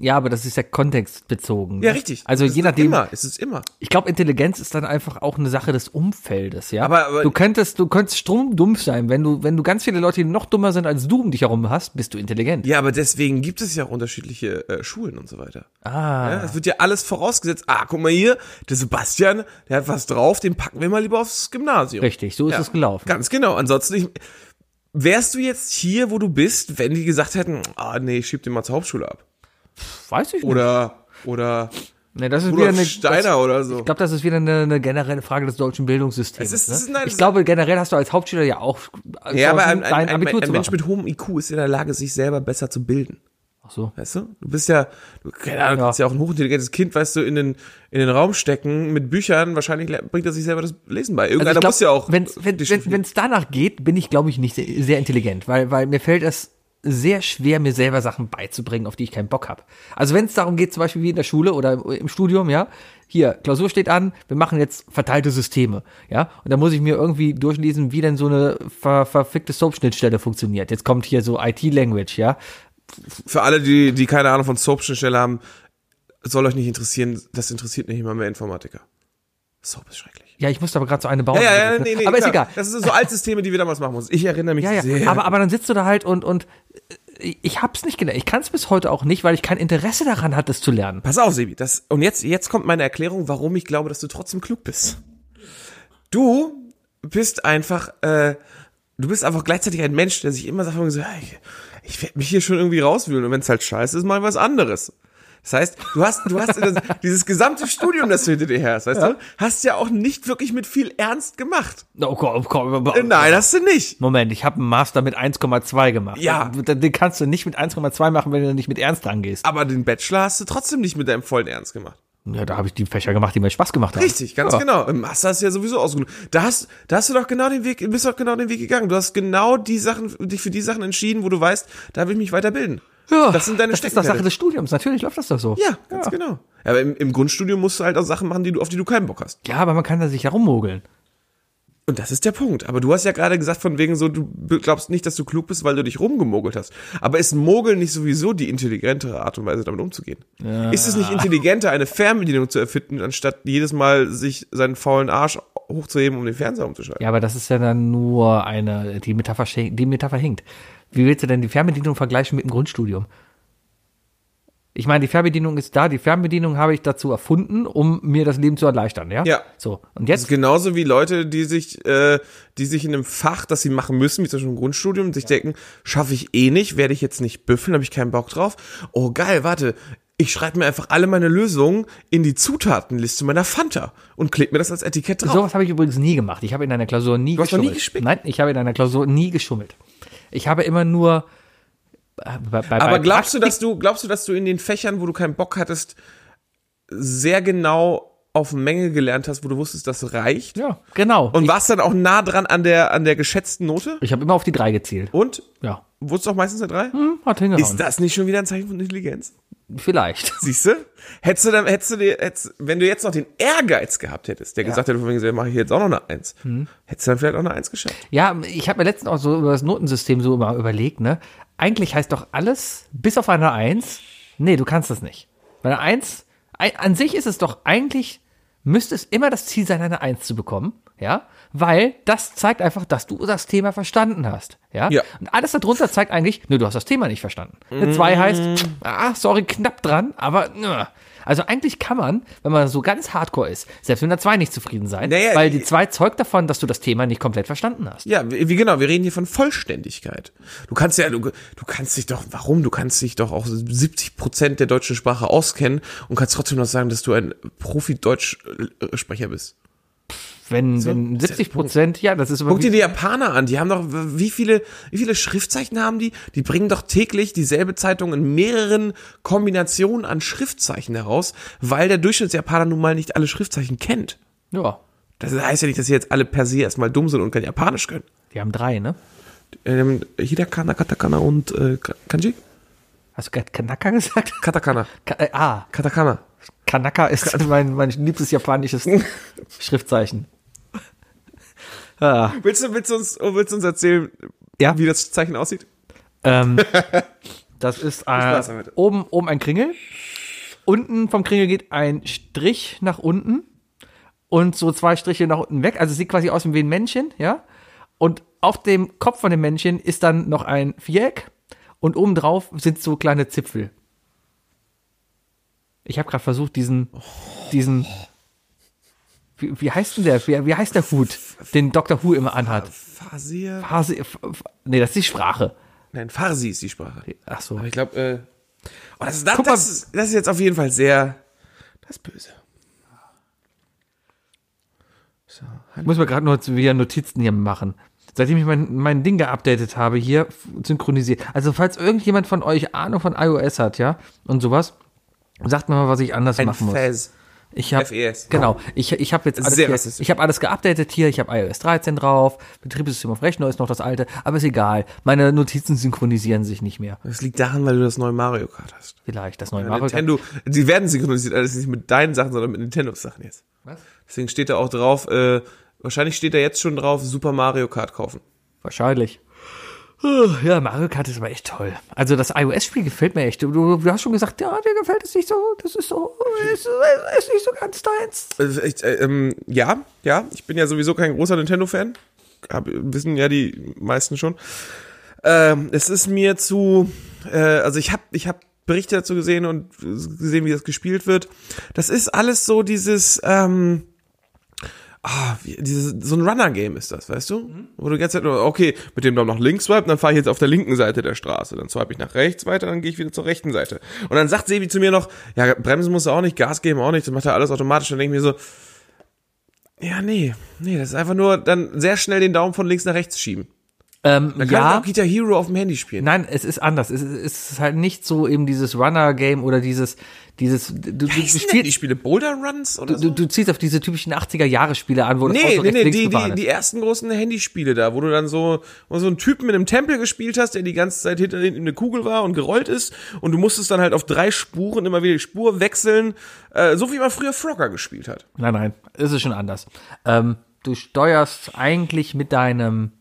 Speaker 3: Ja, aber das ist ja kontextbezogen.
Speaker 4: Ja,
Speaker 3: ne?
Speaker 4: richtig.
Speaker 3: Also
Speaker 4: Es
Speaker 3: je
Speaker 4: ist
Speaker 3: nachdem,
Speaker 4: Immer, es ist immer.
Speaker 3: Ich glaube, Intelligenz ist dann einfach auch eine Sache des Umfeldes, ja.
Speaker 4: Aber- aber-
Speaker 3: du könntest, du könntest stromdumpf sein, wenn du, wenn du ganz viele Leute, die noch dummer sind als du um dich herum hast, bist du intelligent.
Speaker 4: Ja, aber deswegen gibt es ja auch unterschiedliche äh, Schulen und so weiter.
Speaker 3: Ah,
Speaker 4: Ja, es wird ja alles vorausgesetzt. Ah, guck mal hier, der Sebastian, der hat was drauf, den packen wir mal lieber aufs Gymnasium.
Speaker 3: richtig, so ist
Speaker 4: Ja,
Speaker 3: es gelaufen.
Speaker 4: Ganz genau. Ansonsten, ich, wärst du jetzt hier, wo du bist, wenn die gesagt hätten, ah, nee, ich schieb den mal zur Hauptschule ab.
Speaker 3: Weiß ich nicht.
Speaker 4: Oder, oder
Speaker 3: Nee, ne, das ist wieder
Speaker 4: Rudolf
Speaker 3: eine,
Speaker 4: Steiner
Speaker 3: das,
Speaker 4: oder so.
Speaker 3: ich glaube, das ist wieder eine, eine generelle Frage des deutschen Bildungssystems.
Speaker 4: Es ist- es ist
Speaker 3: ne?
Speaker 4: eine-
Speaker 3: Ich glaube, generell hast du als Hauptschüler ja auch
Speaker 4: ja,
Speaker 3: Chancen,
Speaker 4: aber ein, ein,
Speaker 3: dein
Speaker 4: ein,
Speaker 3: Abitur
Speaker 4: ein
Speaker 3: zu
Speaker 4: Mensch
Speaker 3: machen.
Speaker 4: mit hohem IQ ist in der Lage, sich selber besser zu bilden.
Speaker 3: Ach so.
Speaker 4: Weißt du? Du bist ja, du, keine Ahnung,
Speaker 3: Ja.
Speaker 4: kannst ja auch ein hochintelligentes Kind, weißt du, in den, in den Raum stecken mit Büchern. Wahrscheinlich le- bringt er sich selber das Lesen bei. Irgendeiner
Speaker 3: Also ich glaub,
Speaker 4: muss ja auch.
Speaker 3: Wenn es
Speaker 4: die Stufen-
Speaker 3: danach geht, bin ich, glaube ich, nicht se- sehr intelligent, weil, weil mir fällt es sehr schwer, mir selber Sachen beizubringen, auf die ich keinen Bock habe. Also wenn es darum geht, zum Beispiel wie in der Schule oder im- im Studium, ja, hier, Klausur steht an, wir machen jetzt verteilte Systeme, ja, und da muss ich mir irgendwie durchlesen, wie denn so eine ver verfickte Soap-Schnittstelle funktioniert. Jetzt kommt hier so IT-Language, ja.
Speaker 4: Für alle, die, die keine Ahnung von Soap-Schnittstelle haben, soll euch nicht interessieren. Das interessiert nicht mal mehr Informatiker. Soap ist schrecklich.
Speaker 3: Ja, ich musste aber gerade so eine bauen. Also,
Speaker 4: Ja, ja, ja, nee, nee,
Speaker 3: aber ist
Speaker 4: klar.
Speaker 3: egal.
Speaker 4: Das sind so Altsysteme, die wir damals machen mussten. Ich erinnere mich
Speaker 3: Ja, ja,
Speaker 4: sehr.
Speaker 3: aber, aber dann sitzt du da halt und, und äh, ich hab's nicht gelernt. Ich kann's bis heute auch nicht, weil ich kein Interesse daran hatte, es zu lernen.
Speaker 4: Pass auf, Sebi. Das, und jetzt, jetzt kommt meine Erklärung, warum ich glaube, dass du trotzdem klug bist. Du bist einfach, äh, du bist einfach gleichzeitig ein Mensch, der sich immer sagt, so, ja, ich, ich werde mich hier schon irgendwie rauswühlen und wenn es halt scheiße ist, mach ich was anderes. Das heißt, du hast, du hast das, dieses gesamte Studium, das du hinter dir hast, weißt du, hast ja auch nicht wirklich mit viel Ernst gemacht.
Speaker 3: Oh, komm, komm,
Speaker 4: Äh,
Speaker 3: komm.
Speaker 4: Nein, hast du nicht.
Speaker 3: Moment, ich habe einen Master mit 1,2 gemacht. Äh,
Speaker 4: Ja.
Speaker 3: Den den kannst du nicht mit 1,2 machen, wenn du nicht mit Ernst rangehst.
Speaker 4: Aber den Bachelor hast du trotzdem nicht mit deinem vollen Ernst gemacht.
Speaker 3: Ja, da habe ich die Fächer gemacht, die mir Spaß gemacht haben.
Speaker 4: Richtig, ganz
Speaker 3: ja.
Speaker 4: genau. Im Master ist ja sowieso ausgenommen. Da hast, da hast du doch genau den Weg, bist doch genau den Weg gegangen. Du hast genau die Sachen, dich für die Sachen entschieden, wo du weißt, da will ich mich weiterbilden.
Speaker 3: Ja,
Speaker 4: das sind deine
Speaker 3: Das ist doch Sache
Speaker 4: Steckenpferde.
Speaker 3: des Studiums. Natürlich läuft das doch so.
Speaker 4: Ja, ganz genau. Ja, Aber im, im Grundstudium musst du halt auch Sachen machen, die du, auf die du keinen Bock hast.
Speaker 3: Ja, aber man kann da sich herummogeln.
Speaker 4: Und das ist der Punkt. Aber du hast ja gerade gesagt, von wegen so, du be- glaubst nicht, dass du klug bist, weil du dich rumgemogelt hast. Aber ist Mogeln nicht sowieso die intelligentere Art und Weise, damit umzugehen? Ist es nicht intelligenter, eine Fernbedienung zu erfinden, anstatt jedes Mal sich seinen faulen Arsch hochzuheben, um den Fernseher umzuschalten?
Speaker 3: Ja, aber das ist ja dann nur eine, die Metapher, schen- die Metapher hinkt. Wie willst du denn die Fernbedienung vergleichen mit dem Grundstudium? Ich meine, die Fernbedienung ist da. Die Fernbedienung habe ich dazu erfunden, um mir das Leben zu erleichtern, ja?
Speaker 4: Ja.
Speaker 3: So. Und
Speaker 4: Das
Speaker 3: jetzt?
Speaker 4: ist genauso wie Leute, die sich, äh, die sich in einem Fach, das sie machen müssen, wie zum Beispiel im Grundstudium, sich denken, schaffe ich eh nicht, werde ich jetzt nicht büffeln, habe ich keinen Bock drauf. Oh geil, warte, ich schreibe mir einfach alle meine Lösungen in die Zutatenliste meiner Fanta und klebe mir das als Etikett drauf.
Speaker 3: Sowas habe ich übrigens nie gemacht. Ich habe in einer Klausur nie
Speaker 4: Genau. Du hast noch
Speaker 3: geschummelt.
Speaker 4: nie gespickt?
Speaker 3: Nein, ich habe in einer Klausur nie geschummelt. Ich habe immer nur äh, bei, bei, bei
Speaker 4: Aber glaubst du, dass du, glaubst du, dass du in den Fächern, wo du keinen Bock hattest, sehr genau auf Menge gelernt hast, wo du wusstest, das reicht?
Speaker 3: Ja, genau.
Speaker 4: Und
Speaker 3: ich,
Speaker 4: warst dann auch nah dran an der, an der geschätzten Note?
Speaker 3: ich habe immer auf die drei gezielt.
Speaker 4: Und?
Speaker 3: Ja.
Speaker 4: Wurdest du auch meistens eine drei?
Speaker 3: Hm, Hat hingehauen.
Speaker 4: Ist das nicht schon wieder ein Zeichen von Intelligenz?
Speaker 3: Vielleicht.
Speaker 4: Siehst du? Hättest du dann, hättest du dir, hättest, wenn du jetzt noch den Ehrgeiz gehabt hättest, der gesagt hätte, von wegen, so, mache ich jetzt auch noch eine Eins, hättest du dann vielleicht auch eine Eins geschafft.
Speaker 3: Ja, ich habe mir letztens auch so über das Notensystem so immer überlegt, ne? Eigentlich heißt doch alles, bis auf eine Eins, nee, du kannst das nicht. Weil eine Eins, ein, an sich ist es doch eigentlich, müsste es immer das Ziel sein, eine Eins zu bekommen, ja? Weil das zeigt einfach, dass du das Thema verstanden hast, ja?
Speaker 4: Ja.
Speaker 3: Und alles darunter zeigt
Speaker 4: Mhm.
Speaker 3: eigentlich, nö, du hast das Thema nicht verstanden. Eine Zwei heißt, ah, sorry, knapp dran, aber, nö. Also eigentlich kann man, wenn man so ganz hardcore ist, selbst mit der 2 nicht zufrieden sein,
Speaker 4: Naja,
Speaker 3: weil
Speaker 4: ich-
Speaker 3: die 2 zeugt davon, dass du das Thema nicht komplett verstanden hast.
Speaker 4: Ja, wie, wie genau, wir reden hier von Vollständigkeit. Du kannst ja, du, du kannst dich doch, warum? Du kannst dich doch auch 70 Prozent der deutschen Sprache auskennen und kannst trotzdem noch sagen, dass du ein Profi-Deutsch-Sprecher bist.
Speaker 3: Wenn, wenn 70 Prozent, ja, das ist aber
Speaker 4: Guck dir
Speaker 3: wie,
Speaker 4: die Japaner an, die haben doch, wie viele, wie viele Schriftzeichen haben die? Die bringen doch täglich dieselbe Zeitung in mehreren Kombinationen an Schriftzeichen heraus, weil der Durchschnittsjapaner nun mal nicht alle Schriftzeichen kennt.
Speaker 3: ja,
Speaker 4: Das heißt ja nicht, dass sie jetzt alle per se erstmal dumm sind und kein Japanisch können.
Speaker 3: die haben drei, ne?
Speaker 4: Ähm, Hiragana, Katakana und äh, Kanji?
Speaker 3: Hast du gerade Kanaka gesagt?
Speaker 4: Katakana.
Speaker 3: Ka äh, ah,
Speaker 4: Katakana.
Speaker 3: Kanaka ist mein, mein liebstes japanisches Schriftzeichen. Ah,
Speaker 4: Willst du, willst du, uns, willst du uns erzählen,
Speaker 3: Ja.
Speaker 4: wie das Zeichen aussieht?
Speaker 3: ähm, das ist äh,
Speaker 4: Spaß damit.
Speaker 3: oben, oben ein Kringel. Unten vom Kringel geht ein Strich nach unten und so zwei Striche nach unten weg. Also es sieht quasi aus wie ein Männchen, ja. Und auf dem Kopf von dem Männchen ist dann noch ein Viereck und obendrauf sind so kleine Zipfel. Ich habe gerade versucht, diesen, diesen, wie, wie heißt denn der? Wie, wie heißt der Hut, den Dr. Who immer anhat?
Speaker 4: Farsier.
Speaker 3: Hase, f, f, nee, das ist die Sprache.
Speaker 4: Nein, Farsi ist die Sprache.
Speaker 3: Ach so.
Speaker 4: Aber ich glaube, äh, oh, das, ist- das,
Speaker 3: Guck mal.
Speaker 4: das, ist- das ist jetzt auf jeden Fall sehr, das ist böse.
Speaker 3: Ich muss mir gerade nur wieder Notizen hier machen. Seitdem ich mein, mein Ding geupdatet habe, hier f- synchronisiert. Also, falls irgendjemand von euch Ahnung von iOS hat, ja, und sowas, sagt mir mal, was ich anders machen muss.
Speaker 4: Fez.
Speaker 3: Ich habe
Speaker 4: FES.
Speaker 3: genau, ich, ich habe jetzt alles
Speaker 4: E Sehr
Speaker 3: hier,
Speaker 4: rassistisch.
Speaker 3: ich habe alles geupdatet hier, ich habe iOS 13 drauf, Betriebssystem auf Rechner ist noch das alte, aber ist egal. Meine Notizen synchronisieren sich nicht mehr.
Speaker 4: Das liegt daran, weil du das neue Mario Kart hast.
Speaker 3: Vielleicht das neue Mario Kart.
Speaker 4: Nintendo, die werden synchronisiert, allerdings nicht mit deinen Sachen, sondern mit Nintendos Sachen jetzt.
Speaker 3: Was?
Speaker 4: Deswegen steht da auch drauf, äh, wahrscheinlich steht da jetzt schon drauf, Super Mario Kart kaufen.
Speaker 3: Wahrscheinlich. Puh, Ja, Mario Kart ist aber echt toll. Also das iOS-Spiel gefällt mir echt. Du, du, du hast schon gesagt, ja, dir gefällt es nicht so, das ist so, ist, ist nicht so ganz deins.
Speaker 4: Also ich, äh, ähm, ja, ja, ich bin ja sowieso kein großer Nintendo-Fan. Hab- Wissen ja die meisten schon. Ähm, es ist mir zu, äh, also ich habe ich hab Berichte dazu gesehen und äh, gesehen, wie das gespielt wird. Das ist alles so dieses, ähm, ah, wie, dieses, so ein Runner-Game ist das, weißt du? Wo du die ganze Zeit nur, okay, mit dem Daumen nach links swipe, dann fahre ich jetzt auf der linken Seite der Straße, dann swipe ich nach rechts weiter, dann gehe ich wieder zur rechten Seite. Und dann sagt Sebi zu mir noch, ja, bremsen musst du auch nicht, Gas geben auch nicht, das macht er alles automatisch. Dann denke ich mir so, ja, nee, nee, das ist einfach nur dann sehr schnell den Daumen von links nach rechts schieben.
Speaker 3: Ähm,
Speaker 4: Dann kann man
Speaker 3: ja,
Speaker 4: auch Guitar Hero auf dem Handy spielen.
Speaker 3: nein, es ist anders. Es ist, es ist halt nicht so eben dieses Runner-Game oder dieses, dieses, du, du, du,
Speaker 4: Wie heißen denn die
Speaker 3: spielst,
Speaker 4: Spiele? Boulder Runs oder
Speaker 3: du,
Speaker 4: so?
Speaker 3: du ziehst auf diese typischen 80er-Jahre-Spiele an, wo das
Speaker 4: Nee,
Speaker 3: Auto
Speaker 4: nee,
Speaker 3: rechts,
Speaker 4: nee,
Speaker 3: links
Speaker 4: die,
Speaker 3: gefahren
Speaker 4: die,
Speaker 3: ist.
Speaker 4: die ersten großen Handyspiele da, wo du dann so, wo so einen Typen in einem Tempel gespielt hast, der die ganze Zeit hinter ihm eine Kugel war und gerollt ist und du musstest dann halt auf drei Spuren immer wieder die Spur wechseln, äh, so wie man früher Frogger gespielt hat.
Speaker 3: Nein, nein, es ist schon anders. Ähm, du steuerst eigentlich mit deinem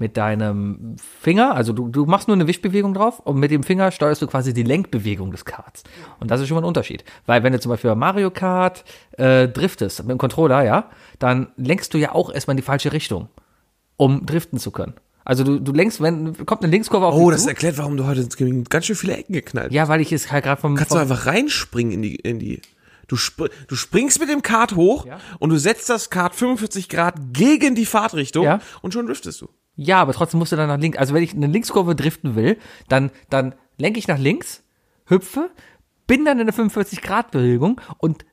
Speaker 3: mit deinem Finger, also du, du machst nur eine Wischbewegung drauf und mit dem Finger steuerst du quasi die Lenkbewegung des Karts. Und das ist schon mal ein Unterschied. Weil wenn du zum Beispiel bei Mario Kart äh, driftest mit dem Controller, ja, dann lenkst du ja auch erstmal in die falsche Richtung, um driften zu können. Also du, du lenkst, wenn kommt eine Linkskurve auf
Speaker 4: Oh,
Speaker 3: dich
Speaker 4: das
Speaker 3: zu.
Speaker 4: erklärt, warum du heute ins Gaming ganz schön viele Ecken geknallt hast.
Speaker 3: Ja, weil ich es halt gerade vom,
Speaker 4: Kannst du
Speaker 3: vom
Speaker 4: einfach reinspringen in die, in die. Du, spr du springst mit dem Kart hoch
Speaker 3: Ja.
Speaker 4: und du setzt das Kart 45 Grad gegen die Fahrtrichtung
Speaker 3: Ja.
Speaker 4: und schon driftest du.
Speaker 3: Ja, aber trotzdem musst du dann nach links. Also wenn ich eine Linkskurve driften will, dann, dann lenke ich nach links, hüpfe, bin dann in der 45-Grad-Bewegung und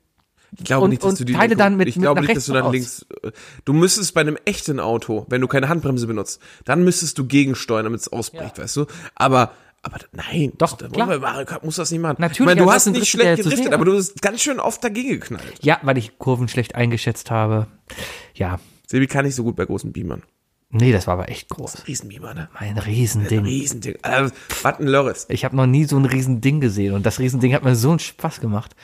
Speaker 4: Ich glaube
Speaker 3: Und-
Speaker 4: nicht, dass
Speaker 3: und
Speaker 4: du die
Speaker 3: teile
Speaker 4: Linke-
Speaker 3: dann mit-
Speaker 4: ich
Speaker 3: mit
Speaker 4: glaube
Speaker 3: nach
Speaker 4: nicht, dass
Speaker 3: rechts
Speaker 4: du dann
Speaker 3: raus.
Speaker 4: links äh, du müsstest bei einem echten Auto, wenn du keine Handbremse benutzt, dann müsstest du gegensteuern, damit es ausbricht, weißt du? Aber aber nein,
Speaker 3: Doch,
Speaker 4: da
Speaker 3: klar.
Speaker 4: Bei Mario Kart muss das nicht machen.
Speaker 3: Natürlich,
Speaker 4: ich meine, du
Speaker 3: also
Speaker 4: hast
Speaker 3: das ist ein
Speaker 4: nicht
Speaker 3: Drifter, der
Speaker 4: schlecht
Speaker 3: zu sehen
Speaker 4: gedriftet,
Speaker 3: ist.
Speaker 4: aber du bist ganz schön oft dagegen geknallt.
Speaker 3: ja, weil ich Kurven schlecht eingeschätzt habe. Ja,
Speaker 4: Sebi kann nicht so gut bei großen Beamern.
Speaker 3: nee, das war aber echt groß.
Speaker 4: Riesenbeamer, ne?
Speaker 3: Ein Riesending.
Speaker 4: Riesending. Äh, was ein Loris.
Speaker 3: Ich habe noch nie so ein Riesending gesehen und das Riesending hat mir so einen Spaß gemacht,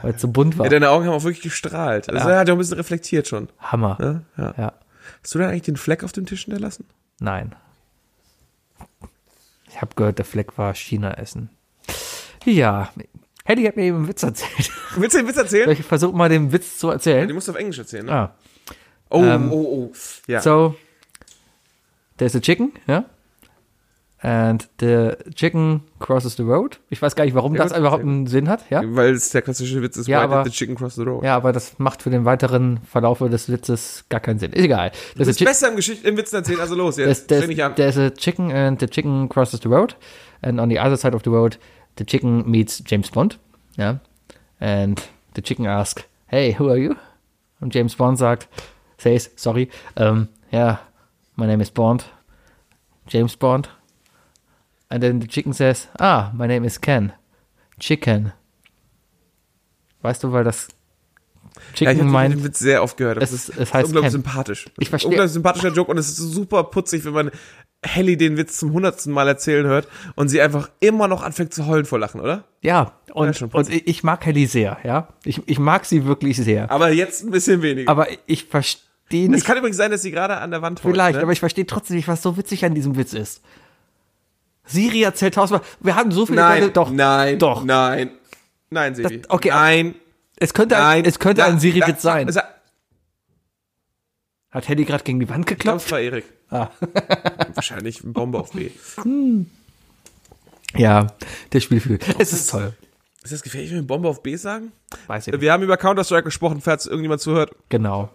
Speaker 3: weil es so bunt war.
Speaker 4: Ja, deine Augen haben auch wirklich gestrahlt. Also, er hat ja ein bisschen reflektiert schon.
Speaker 3: Hammer.
Speaker 4: Ne? Ja.
Speaker 3: Ja,
Speaker 4: Hast du dann eigentlich den Fleck auf dem Tisch hinterlassen?
Speaker 3: nein. Ich habe gehört, der Fleck war China-Essen. Ja, Hedy hat mir eben einen Witz erzählt.
Speaker 4: Willst du den Witz erzählen?
Speaker 3: Ich versuche mal den Witz zu
Speaker 4: Den
Speaker 3: erzählen.
Speaker 4: musst du auf Englisch erzählen, ne?
Speaker 3: Ah, Ähm,
Speaker 4: Oh, oh, oh. Ja.
Speaker 3: so there's a chicken, yeah, and the chicken crosses the road. Ich weiß gar nicht, warum
Speaker 4: Sehr
Speaker 3: das
Speaker 4: gut,
Speaker 3: überhaupt
Speaker 4: sehr
Speaker 3: einen Sinn hat, ja?
Speaker 4: Weil es der klassische Witz ist,
Speaker 3: Ja,
Speaker 4: why did
Speaker 3: aber-
Speaker 4: the chicken cross the road?
Speaker 3: Ja, aber das macht für den weiteren Verlauf des Witzes gar keinen Sinn. Ist egal. Das
Speaker 4: Du bist
Speaker 3: Chi-
Speaker 4: besser im, Geschicht im Witzen erzählen, also los,
Speaker 3: There's,
Speaker 4: jetzt
Speaker 3: there's,
Speaker 4: fäng ich an.
Speaker 3: there's a chicken and the chicken crosses the road and on the other side of the road the chicken meets James Bond. Ja. And the chicken asks, hey, who are you? Und James Bond sagt, says, sorry, um, yeah, my name is Bond. James Bond. And then the chicken says, ah, my name is Ken. Chicken. Weißt du, weil das
Speaker 4: Ja, ich
Speaker 3: Chicken
Speaker 4: habe
Speaker 3: meint.
Speaker 4: den Witz sehr oft gehört. Das
Speaker 3: Es ist-
Speaker 4: ist,
Speaker 3: es
Speaker 4: das ist
Speaker 3: heißt
Speaker 4: unglaublich
Speaker 3: Ken.
Speaker 4: sympathisch. Das
Speaker 3: Ich
Speaker 4: ist
Speaker 3: verstehe-
Speaker 4: ein Unglaublich sympathischer Joke und es ist super putzig, wenn man Helly den Witz zum hundertsten Mal erzählen hört und sie einfach immer noch anfängt zu heulen vor Lachen, oder?
Speaker 3: Ja,
Speaker 4: Ja,
Speaker 3: und,
Speaker 4: schon
Speaker 3: und ich ich mag Helly sehr, ja. Ich, ich mag sie wirklich sehr.
Speaker 4: Aber jetzt ein bisschen weniger.
Speaker 3: Aber ich verstehe
Speaker 4: es
Speaker 3: nicht
Speaker 4: kann übrigens sein, dass sie gerade an der Wand heult.
Speaker 3: vielleicht,
Speaker 4: ne?
Speaker 3: aber ich verstehe trotzdem nicht, was so witzig an diesem Witz ist. Siri erzählt tausendmal, wir haben so viele
Speaker 4: nein,
Speaker 3: Leute- doch,
Speaker 4: nein,
Speaker 3: doch.
Speaker 4: nein, nein, Sebi.
Speaker 3: Das- okay, aber-
Speaker 4: nein,
Speaker 3: Es könnte, ein,
Speaker 4: nein. also-
Speaker 3: es könnte
Speaker 4: Da-
Speaker 3: ein
Speaker 4: da-
Speaker 3: Siri-Witz sein.
Speaker 4: Sa-
Speaker 3: Hat Helly gerade gegen die Wand
Speaker 4: Ich glaube,
Speaker 3: geklappt?
Speaker 4: es war Erik.
Speaker 3: Ah.
Speaker 4: Wahrscheinlich eine Bombe auf B.
Speaker 3: Ja, der Spielfühl. Es ist toll.
Speaker 4: Ist das gefährlich, wenn wir Bombe auf B sagen?
Speaker 3: Weiß ich nicht.
Speaker 4: Wir haben über Counter-Strike gesprochen, falls irgendjemand zuhört.
Speaker 3: Genau.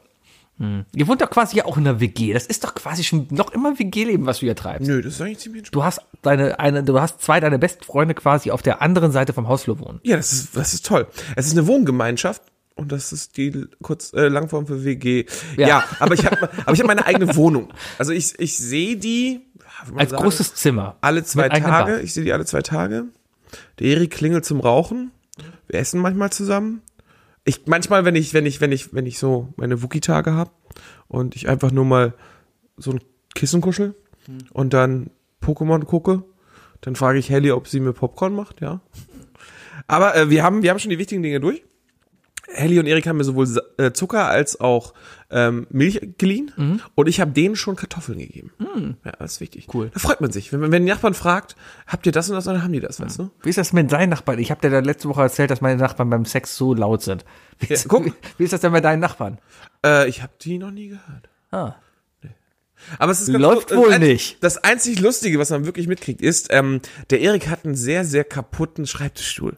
Speaker 3: Hm. Ihr wohnt doch quasi ja auch in einer WG. Das ist doch quasi schon noch immer WG-Leben, was du hier treibst.
Speaker 4: Nö, das ist eigentlich ziemlich entspannt.
Speaker 3: Du hast deine eine, du hast zwei deiner besten Freunde quasi auf der anderen Seite vom Hausflur wohnen.
Speaker 4: Ja, das ist, das ist toll. Es ist eine Wohngemeinschaft und das ist die l- kurz äh, Langform für WG.
Speaker 3: Ja.
Speaker 4: Ja, aber ich habe aber ich hab meine eigene Wohnung. Also ich, ich sehe die ja, würde man
Speaker 3: Als
Speaker 4: sagen,
Speaker 3: großes Zimmer.
Speaker 4: Also alle zwei
Speaker 3: mit eigenem
Speaker 4: Tage.
Speaker 3: Bad.
Speaker 4: Ich sehe die alle zwei Tage. Der Erik klingelt zum Rauchen. Wir essen manchmal zusammen. Ich manchmal, wenn ich wenn ich wenn ich wenn ich so meine Wookie Tage habe und ich einfach nur mal so ein Kissen kuschel
Speaker 3: Hm.
Speaker 4: und dann Pokémon gucke, dann frage ich Helly, ob sie mir Popcorn macht, ja. Aber äh, wir haben wir haben schon die wichtigen Dinge durch. Helly und Erik haben mir sowohl Sa- äh, Zucker als auch ähm, Milch geliehen
Speaker 3: Mhm.
Speaker 4: und ich habe denen schon Kartoffeln gegeben. Ja, das ist wichtig.
Speaker 3: Cool.
Speaker 4: Da freut man sich. Wenn, wenn die Nachbarn fragt, habt ihr das und das, dann haben die das, weißt du?
Speaker 3: Wie ist das mit deinen Nachbarn? Ich habe dir da letzte Woche erzählt, dass meine Nachbarn beim Sex so laut sind. Wie ist,
Speaker 4: guck.
Speaker 3: wie, wie ist das denn bei deinen Nachbarn?
Speaker 4: Äh, ich habe die noch nie gehört.
Speaker 3: Ah.
Speaker 4: Nee. Aber es ist ganz
Speaker 3: Läuft
Speaker 4: lu-
Speaker 3: wohl
Speaker 4: das ein-
Speaker 3: nicht.
Speaker 4: Das einzig Lustige, was man wirklich mitkriegt, ist, ähm, der Erik hat einen sehr, sehr kaputten Schreibtischstuhl.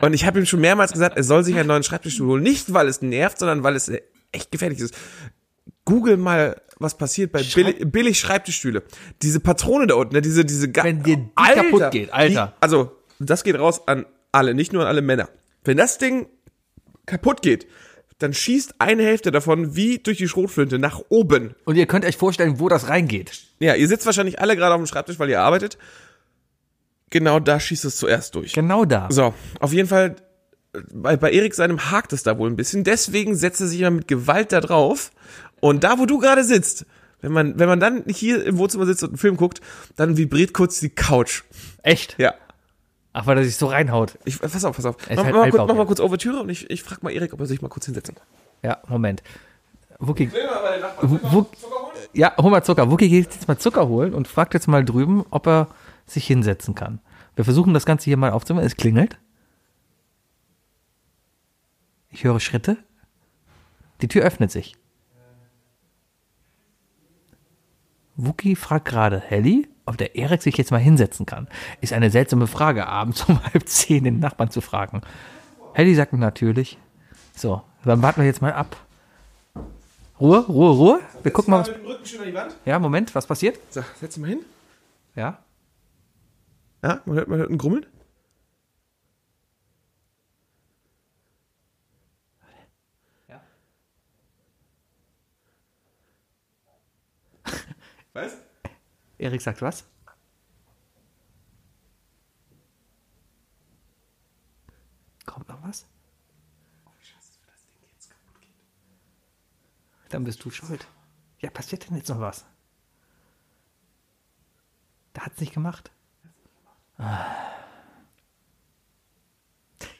Speaker 4: Und ich habe ihm schon mehrmals gesagt, er soll sich einen neuen Schreibtischstuhl holen. Nicht, weil es nervt, sondern weil es äh, echt gefährlich ist. Google mal, was passiert bei billig, billig Schreibtischstühle. Diese Patrone da unten, ne, diese, diese ga-
Speaker 3: Wenn dir die kaputt geht, Alter.
Speaker 4: Die, also, das geht raus an alle, nicht nur an alle Männer. Wenn das Ding kaputt geht, dann schießt eine Hälfte davon wie durch die Schrotflinte nach oben.
Speaker 3: Und ihr könnt euch vorstellen, wo das reingeht.
Speaker 4: Ja, ihr sitzt wahrscheinlich alle gerade auf dem Schreibtisch, weil ihr arbeitet. Genau da schießt es zuerst durch.
Speaker 3: Genau da.
Speaker 4: So, auf jeden Fall, äh, bei, bei Erik seinem hakt es da wohl ein bisschen. Deswegen setzt er sich immer mit Gewalt da drauf. Und da, wo du gerade sitzt, wenn man, wenn man dann hier im Wohnzimmer sitzt und einen Film guckt, dann vibriert kurz die Couch.
Speaker 3: Echt?
Speaker 4: Ja.
Speaker 3: Ach, weil er sich so reinhaut.
Speaker 4: Ich, pass auf, pass auf.
Speaker 3: ist
Speaker 4: Mach,
Speaker 3: halt
Speaker 4: mach, mal kurz,
Speaker 3: Altbau,
Speaker 4: mach mal
Speaker 3: ja.
Speaker 4: kurz Overtüre und ich, ich frag mal Erik, ob er sich mal kurz hinsetzen kann.
Speaker 3: Ja, Moment. Wookie, Wo- wo- ja, hol mal Zucker. Wookie geht jetzt mal Zucker holen und fragt jetzt mal drüben, ob er sich hinsetzen kann. Wir versuchen das Ganze hier mal aufzumachen. Es klingelt. Ich höre Schritte. Die Tür öffnet sich. Wookie fragt gerade Helly, ob der Erik sich jetzt mal hinsetzen kann. Ist eine seltsame Frage, abends um halb zehn den Nachbarn zu fragen. Helly sagt natürlich. So, dann warten wir jetzt mal ab. Ruhe, Ruhe, Ruhe. Wir gucken mal, was
Speaker 4: dem Rücken schön an die Wand.
Speaker 3: ja, Moment, was passiert?
Speaker 4: So, setz dich mal hin.
Speaker 3: Ja.
Speaker 4: Ja, man hört, man hört einen Grummeln.
Speaker 3: Ja.
Speaker 4: Was?
Speaker 3: Erik sagt was? Kommt noch was?
Speaker 4: Oh,
Speaker 3: Dann bist du schuld. Ja, passiert denn jetzt noch was? Da hat's nicht gemacht. Ah.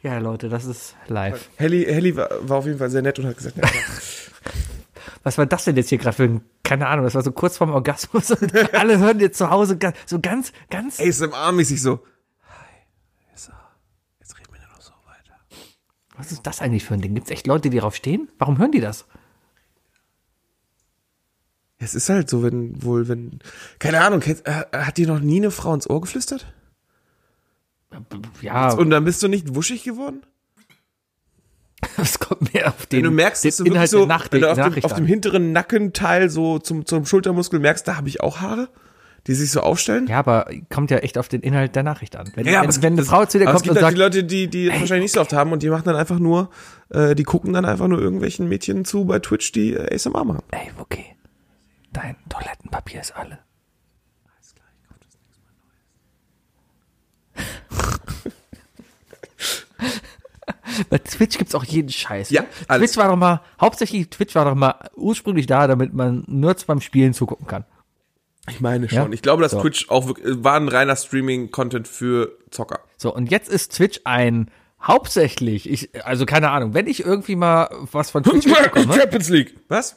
Speaker 3: Ja, Leute, das ist live.
Speaker 4: Helly, Helly war, war auf jeden Fall sehr nett und hat gesagt, ja, klar.
Speaker 3: was war das denn jetzt hier gerade für ein, keine Ahnung, das war so kurz vorm Orgasmus und alle hören dir zu Hause ga- so ganz, ganz.
Speaker 4: ASMR-mäßig so. Hi, so, jetzt reden wir nur noch so weiter.
Speaker 3: Was ist das eigentlich für ein Ding? Gibt es echt Leute, die darauf stehen? Warum hören die das?
Speaker 4: Es ist halt so, wenn wohl, wenn. Keine Ahnung, kennst, äh, hat dir noch nie eine Frau ins Ohr geflüstert?
Speaker 3: Ja,
Speaker 4: Und dann bist du nicht wuschig geworden?
Speaker 3: das kommt mir auf den,
Speaker 4: Wenn du merkst,
Speaker 3: den
Speaker 4: dass du wirklich
Speaker 3: Inhalt
Speaker 4: so,
Speaker 3: der Nachricht,
Speaker 4: wenn du auf, dem,
Speaker 3: Nachricht
Speaker 4: auf dem
Speaker 3: an.
Speaker 4: hinteren Nackenteil so zum, zum Schultermuskel merkst, da habe ich auch Haare, die sich so aufstellen.
Speaker 3: Ja, aber kommt ja echt auf den Inhalt der Nachricht an. Wenn,
Speaker 4: aber
Speaker 3: wenn,
Speaker 4: es gibt-
Speaker 3: wenn eine Frau zu dir
Speaker 4: aber
Speaker 3: kommt
Speaker 4: es
Speaker 3: und
Speaker 4: gibt halt
Speaker 3: sagt,
Speaker 4: die Leute, die, die das wahrscheinlich nicht so oft haben und die machen dann einfach nur, äh, die gucken dann einfach nur irgendwelchen Mädchen zu bei Twitch, die äh, ASMR machen.
Speaker 3: ey, okay, dein Toilettenpapier ist alle. Bei Twitch gibt's auch jeden Scheiß.
Speaker 4: Ja,
Speaker 3: ne?
Speaker 4: alles.
Speaker 3: Twitch war doch mal, hauptsächlich Twitch war doch mal ursprünglich da, damit man Nerds beim Spielen zugucken kann.
Speaker 4: Ich meine schon.
Speaker 3: Ja?
Speaker 4: Ich glaube, dass
Speaker 3: So.
Speaker 4: Twitch auch wirklich- äh, war ein reiner Streaming-Content für Zocker.
Speaker 3: So, und jetzt ist Twitch ein hauptsächlich, ich, also keine Ahnung, wenn ich irgendwie mal was von Twitch mitbekomme,
Speaker 4: Champions League. Was?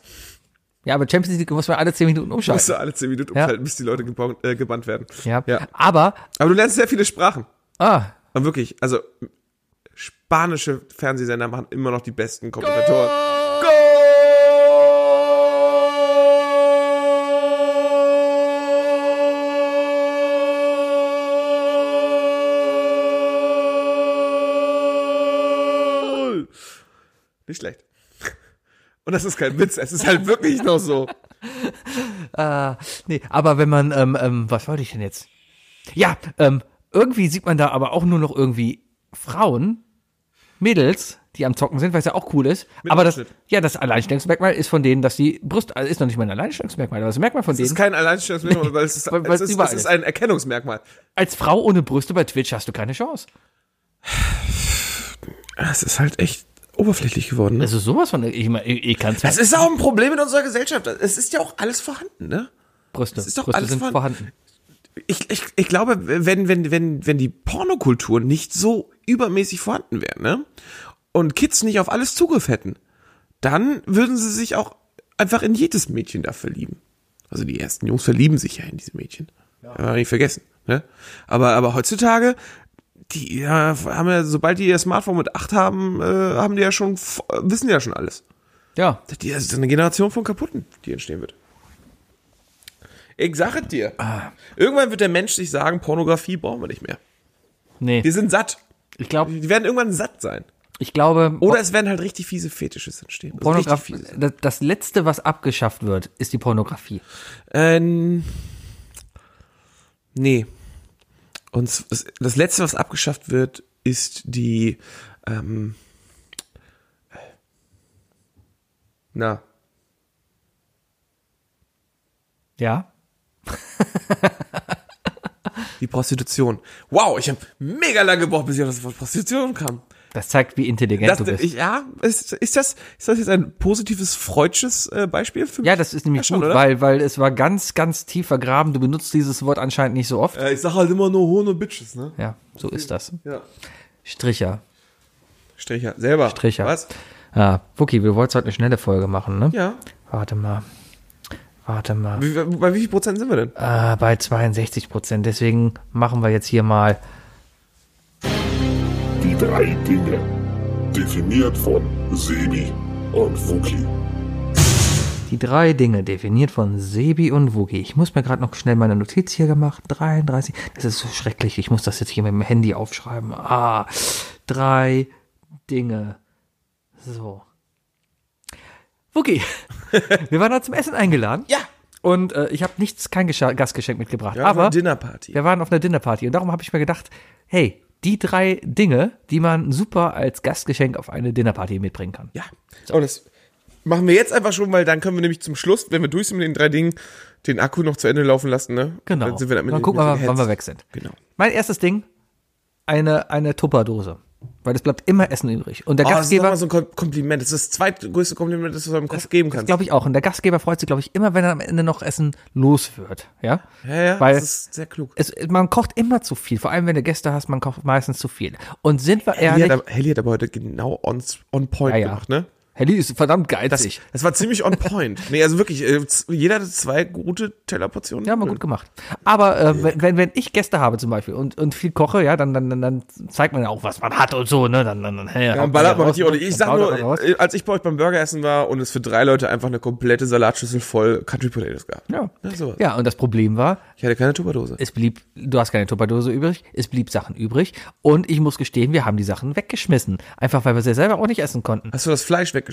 Speaker 3: ja, aber Champions League muss man alle 10 Minuten
Speaker 4: Musst
Speaker 3: umschalten.
Speaker 4: du alle 10 Minuten
Speaker 3: Ja.
Speaker 4: umschalten, bis die Leute gebannt, äh, gebannt werden.
Speaker 3: Ja.
Speaker 4: ja.
Speaker 3: Aber,
Speaker 4: Aber du lernst sehr viele Sprachen.
Speaker 3: ah,
Speaker 4: Aber wirklich, also spanische Fernsehsender machen immer noch die besten Kommentatoren. Goal! Nicht schlecht. Und das ist kein Witz, es ist halt wirklich noch so.
Speaker 3: nee, aber wenn man, ähm, ähm, was wollte ich denn jetzt? Ja, ähm, irgendwie sieht man da aber auch nur noch irgendwie Frauen, Mädels, die am Zocken sind, was ja auch cool ist. aber das,
Speaker 4: Ausschnitt.
Speaker 3: ja, das Alleinstellungsmerkmal ist von denen, dass die Brust, also ist noch nicht mal ein Alleinstellungsmerkmal, aber das Merkmal von
Speaker 4: Es ist
Speaker 3: denen.
Speaker 4: kein Alleinstellungsmerkmal, weil es ist,
Speaker 3: Weil- weil es
Speaker 4: es ist, es
Speaker 3: überall
Speaker 4: ist
Speaker 3: ist.
Speaker 4: ein Erkennungsmerkmal.
Speaker 3: Als Frau ohne Brüste bei Twitch hast du keine Chance.
Speaker 4: Es ist halt echt oberflächlich geworden. Ne?
Speaker 3: Also sowas von, ich, meine, ich, ich kann's
Speaker 4: Das ist auch ein Problem in unserer Gesellschaft. Es ist ja auch alles vorhanden, ne?
Speaker 3: Brüste.
Speaker 4: ist doch
Speaker 3: Brüste
Speaker 4: alles
Speaker 3: sind
Speaker 4: vorhanden.
Speaker 3: vorhanden.
Speaker 4: Ich, ich, ich glaube, wenn, wenn, wenn, wenn die Pornokultur nicht so übermäßig vorhanden wäre, ne? Und Kids nicht auf alles Zugriff hätten, dann würden sie sich auch einfach in jedes Mädchen da verlieben. Also die ersten Jungs verlieben sich ja in diese Mädchen. Ja. Haben wir nicht vergessen, ne? Aber, aber heutzutage, die ja, haben ja, sobald die ihr Smartphone mit 8 haben, äh, haben die ja schon, f- wissen die ja schon alles.
Speaker 3: Ja.
Speaker 4: Die das ist eine Generation von Kaputten, die entstehen wird. Ich sage es dir. Irgendwann wird der Mensch sich sagen, Pornografie brauchen wir nicht mehr.
Speaker 3: Nee.
Speaker 4: Wir sind satt.
Speaker 3: Ich glaube,
Speaker 4: Die werden irgendwann satt sein.
Speaker 3: ich glaube,
Speaker 4: Oder es werden halt richtig fiese Fetisches entstehen. Also
Speaker 3: Pornografie,
Speaker 4: richtig fiese.
Speaker 3: das, das letzte, was abgeschafft wird, ist die Pornografie.
Speaker 4: Ähm, nee. Und s- das- das Letzte, was abgeschafft wird, ist die. Ähm, na,
Speaker 3: Ja.
Speaker 4: die Prostitution. Wow, ich habe mega lange gebraucht, bis ich auf das Wort Prostitution kam.
Speaker 3: Das zeigt, wie intelligent
Speaker 4: Das,
Speaker 3: du bist.
Speaker 4: ich, ja, ist, ist, das, ist das jetzt ein positives Freudsches äh, Beispiel für mich?
Speaker 3: Ja, das ist nämlich
Speaker 4: schon,
Speaker 3: gut,
Speaker 4: oder?
Speaker 3: weil, weil es war ganz, ganz tief vergraben. Du benutzt dieses Wort anscheinend nicht so oft.
Speaker 4: Äh, ich sag halt immer nur Hohn und Bitches, ne?
Speaker 3: Ja, so ist das.
Speaker 4: Ja.
Speaker 3: Stricher.
Speaker 4: Stricher, selber.
Speaker 3: Stricher.
Speaker 4: Was?
Speaker 3: Ah, Wookie, wir wollten heute eine schnelle Folge machen, ne?
Speaker 4: Ja.
Speaker 3: Warte mal. Warte mal.
Speaker 4: Wie, bei wie viel Prozent sind wir denn?
Speaker 3: Ah, bei 62 Prozent. Deswegen machen wir jetzt hier mal.
Speaker 1: Die drei Dinge. Definiert von Sebi und Wookie.
Speaker 3: Die drei Dinge, definiert von Sebi und Wookie. Ich muss mir gerade noch schnell meine Notiz hier gemacht. 33. Das ist so schrecklich. Ich muss das jetzt hier mit dem Handy aufschreiben. Ah, drei Dinge. So. Wookie, wir waren da zum Essen eingeladen.
Speaker 4: Ja.
Speaker 3: Und äh, ich habe nichts, kein Gescha Gastgeschenk mitgebracht.
Speaker 4: Ja,
Speaker 3: aber
Speaker 4: eine Dinnerparty.
Speaker 3: wir waren auf einer Dinnerparty. Und darum habe ich mir gedacht, hey, die drei Dinge, die man super als Gastgeschenk auf eine Dinnerparty mitbringen kann.
Speaker 4: Ja. Und das machen wir jetzt einfach schon, weil dann können wir nämlich zum Schluss, wenn wir durch sind mit den drei Dingen, den Akku noch zu Ende laufen lassen, ne?
Speaker 3: Genau.
Speaker 4: Dann sind wir damit
Speaker 3: Dann gucken wir mal, wann wir
Speaker 4: gehetzt.
Speaker 3: weg sind.
Speaker 4: Genau.
Speaker 3: Mein erstes Ding, eine, eine Tupperdose. Weil es bleibt immer Essen übrig. Und der
Speaker 4: Oh, das ist
Speaker 3: Gastgeber,
Speaker 4: nochmal so ein Kom- Kompliment. Das ist das zweitgrößte Kompliment, das du seinem Kopf geben kannst.
Speaker 3: glaube ich auch, und der Gastgeber freut sich, glaube ich, immer, wenn er am Ende noch Essen los wird. Ja,
Speaker 4: ja, ja,
Speaker 3: Weil
Speaker 4: das ist sehr klug.
Speaker 3: es, man kocht immer zu viel. Vor allem, wenn du Gäste hast, man kocht meistens zu viel. Und sind wir
Speaker 4: Helly
Speaker 3: ehrlich,
Speaker 4: hat, aber, Helly hat aber heute genau on, on point
Speaker 3: Ja, ja.
Speaker 4: gemacht, ne?
Speaker 3: Helly ist verdammt
Speaker 4: Das,
Speaker 3: geizig.
Speaker 4: das war ziemlich on point. Nee, also wirklich, äh, z- jeder hatte zwei gute Tellerportionen.
Speaker 3: ja, mal gut gemacht. Aber äh, wenn, wenn, wenn ich Gäste habe zum Beispiel und, und viel koche, ja, dann, dann, dann, dann zeigt man ja auch, was man hat und so, ne? Dann, dann, dann, hey,
Speaker 4: Ja,
Speaker 3: haut
Speaker 4: ballert
Speaker 3: ja
Speaker 4: man
Speaker 3: raus, ne?
Speaker 4: richtig ordentlich. Ich
Speaker 3: dann
Speaker 4: sag
Speaker 3: haut man raus.
Speaker 4: nur, äh, als ich bei euch beim Burgeressen war und es für drei Leute einfach eine komplette Salatschüssel voll Country Potatoes gab.
Speaker 3: Ja.
Speaker 4: Ja, sowas.
Speaker 3: ja, und das Problem war,
Speaker 4: Ich hatte keine Tupperdose.
Speaker 3: es blieb, du hast keine Tupperdose übrig, es blieb Sachen übrig und ich muss gestehen, wir haben die Sachen weggeschmissen. Einfach weil wir sie selber auch nicht essen konnten.
Speaker 4: Hast du das Fleisch weggeschmissen?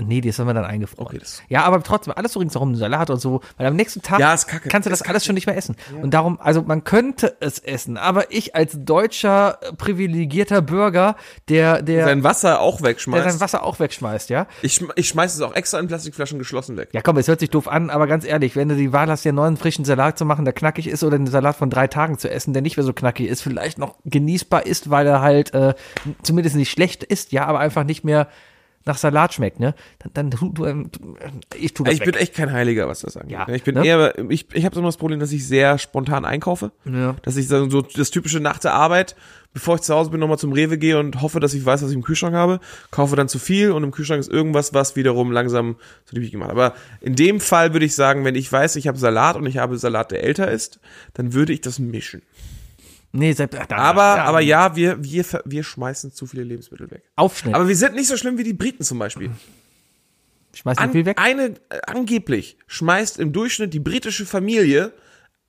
Speaker 3: Nee, die haben wir dann eingefroren.
Speaker 4: Okay, das-
Speaker 3: ja, aber trotzdem, alles so ringsherum, Salat und so, weil am nächsten Tag
Speaker 4: Ja, ist kacke.
Speaker 3: kannst du das alles schon nicht mehr essen. Und darum, also man könnte es essen, aber ich als deutscher, äh, privilegierter Bürger, der, der,
Speaker 4: Dein Wasser auch
Speaker 3: der sein
Speaker 4: wegschmeißt.
Speaker 3: Wasser auch wegschmeißt, ja?
Speaker 4: Ich, schm- ich schmeiß es auch extra in Plastikflaschen geschlossen weg.
Speaker 3: Ja, komm, es hört sich doof an, aber ganz ehrlich, wenn du die Wahl hast, dir einen neuen frischen Salat zu machen, der knackig ist, oder einen Salat von drei Tagen zu essen, der nicht mehr so knackig ist, vielleicht noch genießbar ist, weil er halt äh, zumindest nicht schlecht ist, ja, aber einfach nicht mehr nach Salat schmeckt, ne? Dann, dann tu du, ähm, tu- ich tu das
Speaker 4: Also Ich
Speaker 3: weg.
Speaker 4: bin echt kein Heiliger, was das angeht.
Speaker 3: Ja,
Speaker 4: ich bin
Speaker 3: ne?
Speaker 4: eher, ich, ich habe immer das Problem, dass ich sehr spontan einkaufe.
Speaker 3: Ja.
Speaker 4: Dass ich so so das typische nach der Arbeit, bevor ich zu Hause bin, nochmal zum Rewe gehe und hoffe, dass ich weiß, was ich im Kühlschrank habe, kaufe dann zu viel und im Kühlschrank ist irgendwas, was wiederum langsam so lieblich gemacht. Aber in dem Fall würde ich sagen, wenn ich weiß, ich habe Salat und ich habe Salat, der älter ist, dann würde ich das mischen.
Speaker 3: Nee, selbst, ach, da-
Speaker 4: Aber,
Speaker 3: da-
Speaker 4: aber ja, wir, wir, ver- wir schmeißen zu viele Lebensmittel weg.
Speaker 3: Aufschnitt.
Speaker 4: Aber wir sind nicht so schlimm wie die Briten zum Beispiel.
Speaker 3: Schmeißt nicht
Speaker 4: An,
Speaker 3: viel weg.
Speaker 4: Eine, äh, angeblich schmeißt im Durchschnitt die britische Familie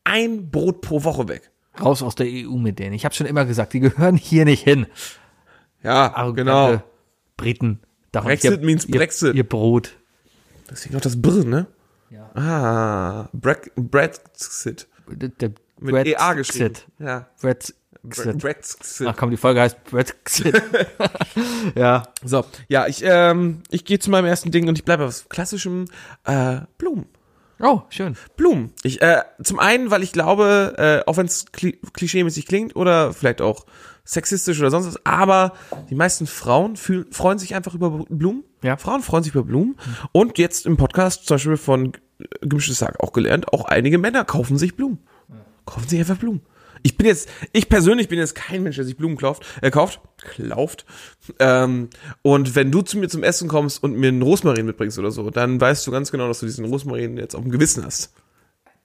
Speaker 4: ein Brot pro Woche weg.
Speaker 3: Raus aus der EU mit denen. Ich habe schon immer gesagt, die gehören hier nicht hin.
Speaker 4: Ja,
Speaker 3: Arrogante
Speaker 4: genau.
Speaker 3: Briten. Darum
Speaker 4: Brexit means Brexit.
Speaker 3: Ihr, ihr Brot.
Speaker 4: Deswegen noch das Brr, ne?
Speaker 3: Ja.
Speaker 4: Ah, Brex- Brexit.
Speaker 3: Der
Speaker 4: Mit EA geschrieben. Ja. Bre-
Speaker 3: Brexit.
Speaker 4: Brexit.
Speaker 3: Ach komm, die Folge heißt Brexit. ja.
Speaker 4: So, ja, ich, ähm, ich gehe zu meinem ersten Ding und ich bleibe auf klassischem äh, Blumen.
Speaker 3: Oh, schön.
Speaker 4: Blumen. Ich, äh, zum einen, weil ich glaube, äh, auch wenn es kli klischeemäßig klingt oder vielleicht auch sexistisch oder sonst was, aber die meisten Frauen fühlen, freuen sich einfach über Blumen.
Speaker 3: Ja.
Speaker 4: Frauen freuen sich über Blumen. Und jetzt im Podcast zum Beispiel von äh, Gemischtes Tag auch gelernt, auch einige Männer kaufen sich Blumen. Kaufen sich einfach Blumen. Ich bin jetzt, ich persönlich bin jetzt kein Mensch, der sich Blumen kauft, äh, kauft, kauft. Ähm, und wenn du zu mir zum Essen kommst und mir einen Rosmarin mitbringst oder so, dann weißt du ganz genau, dass du diesen Rosmarin jetzt auf dem Gewissen hast.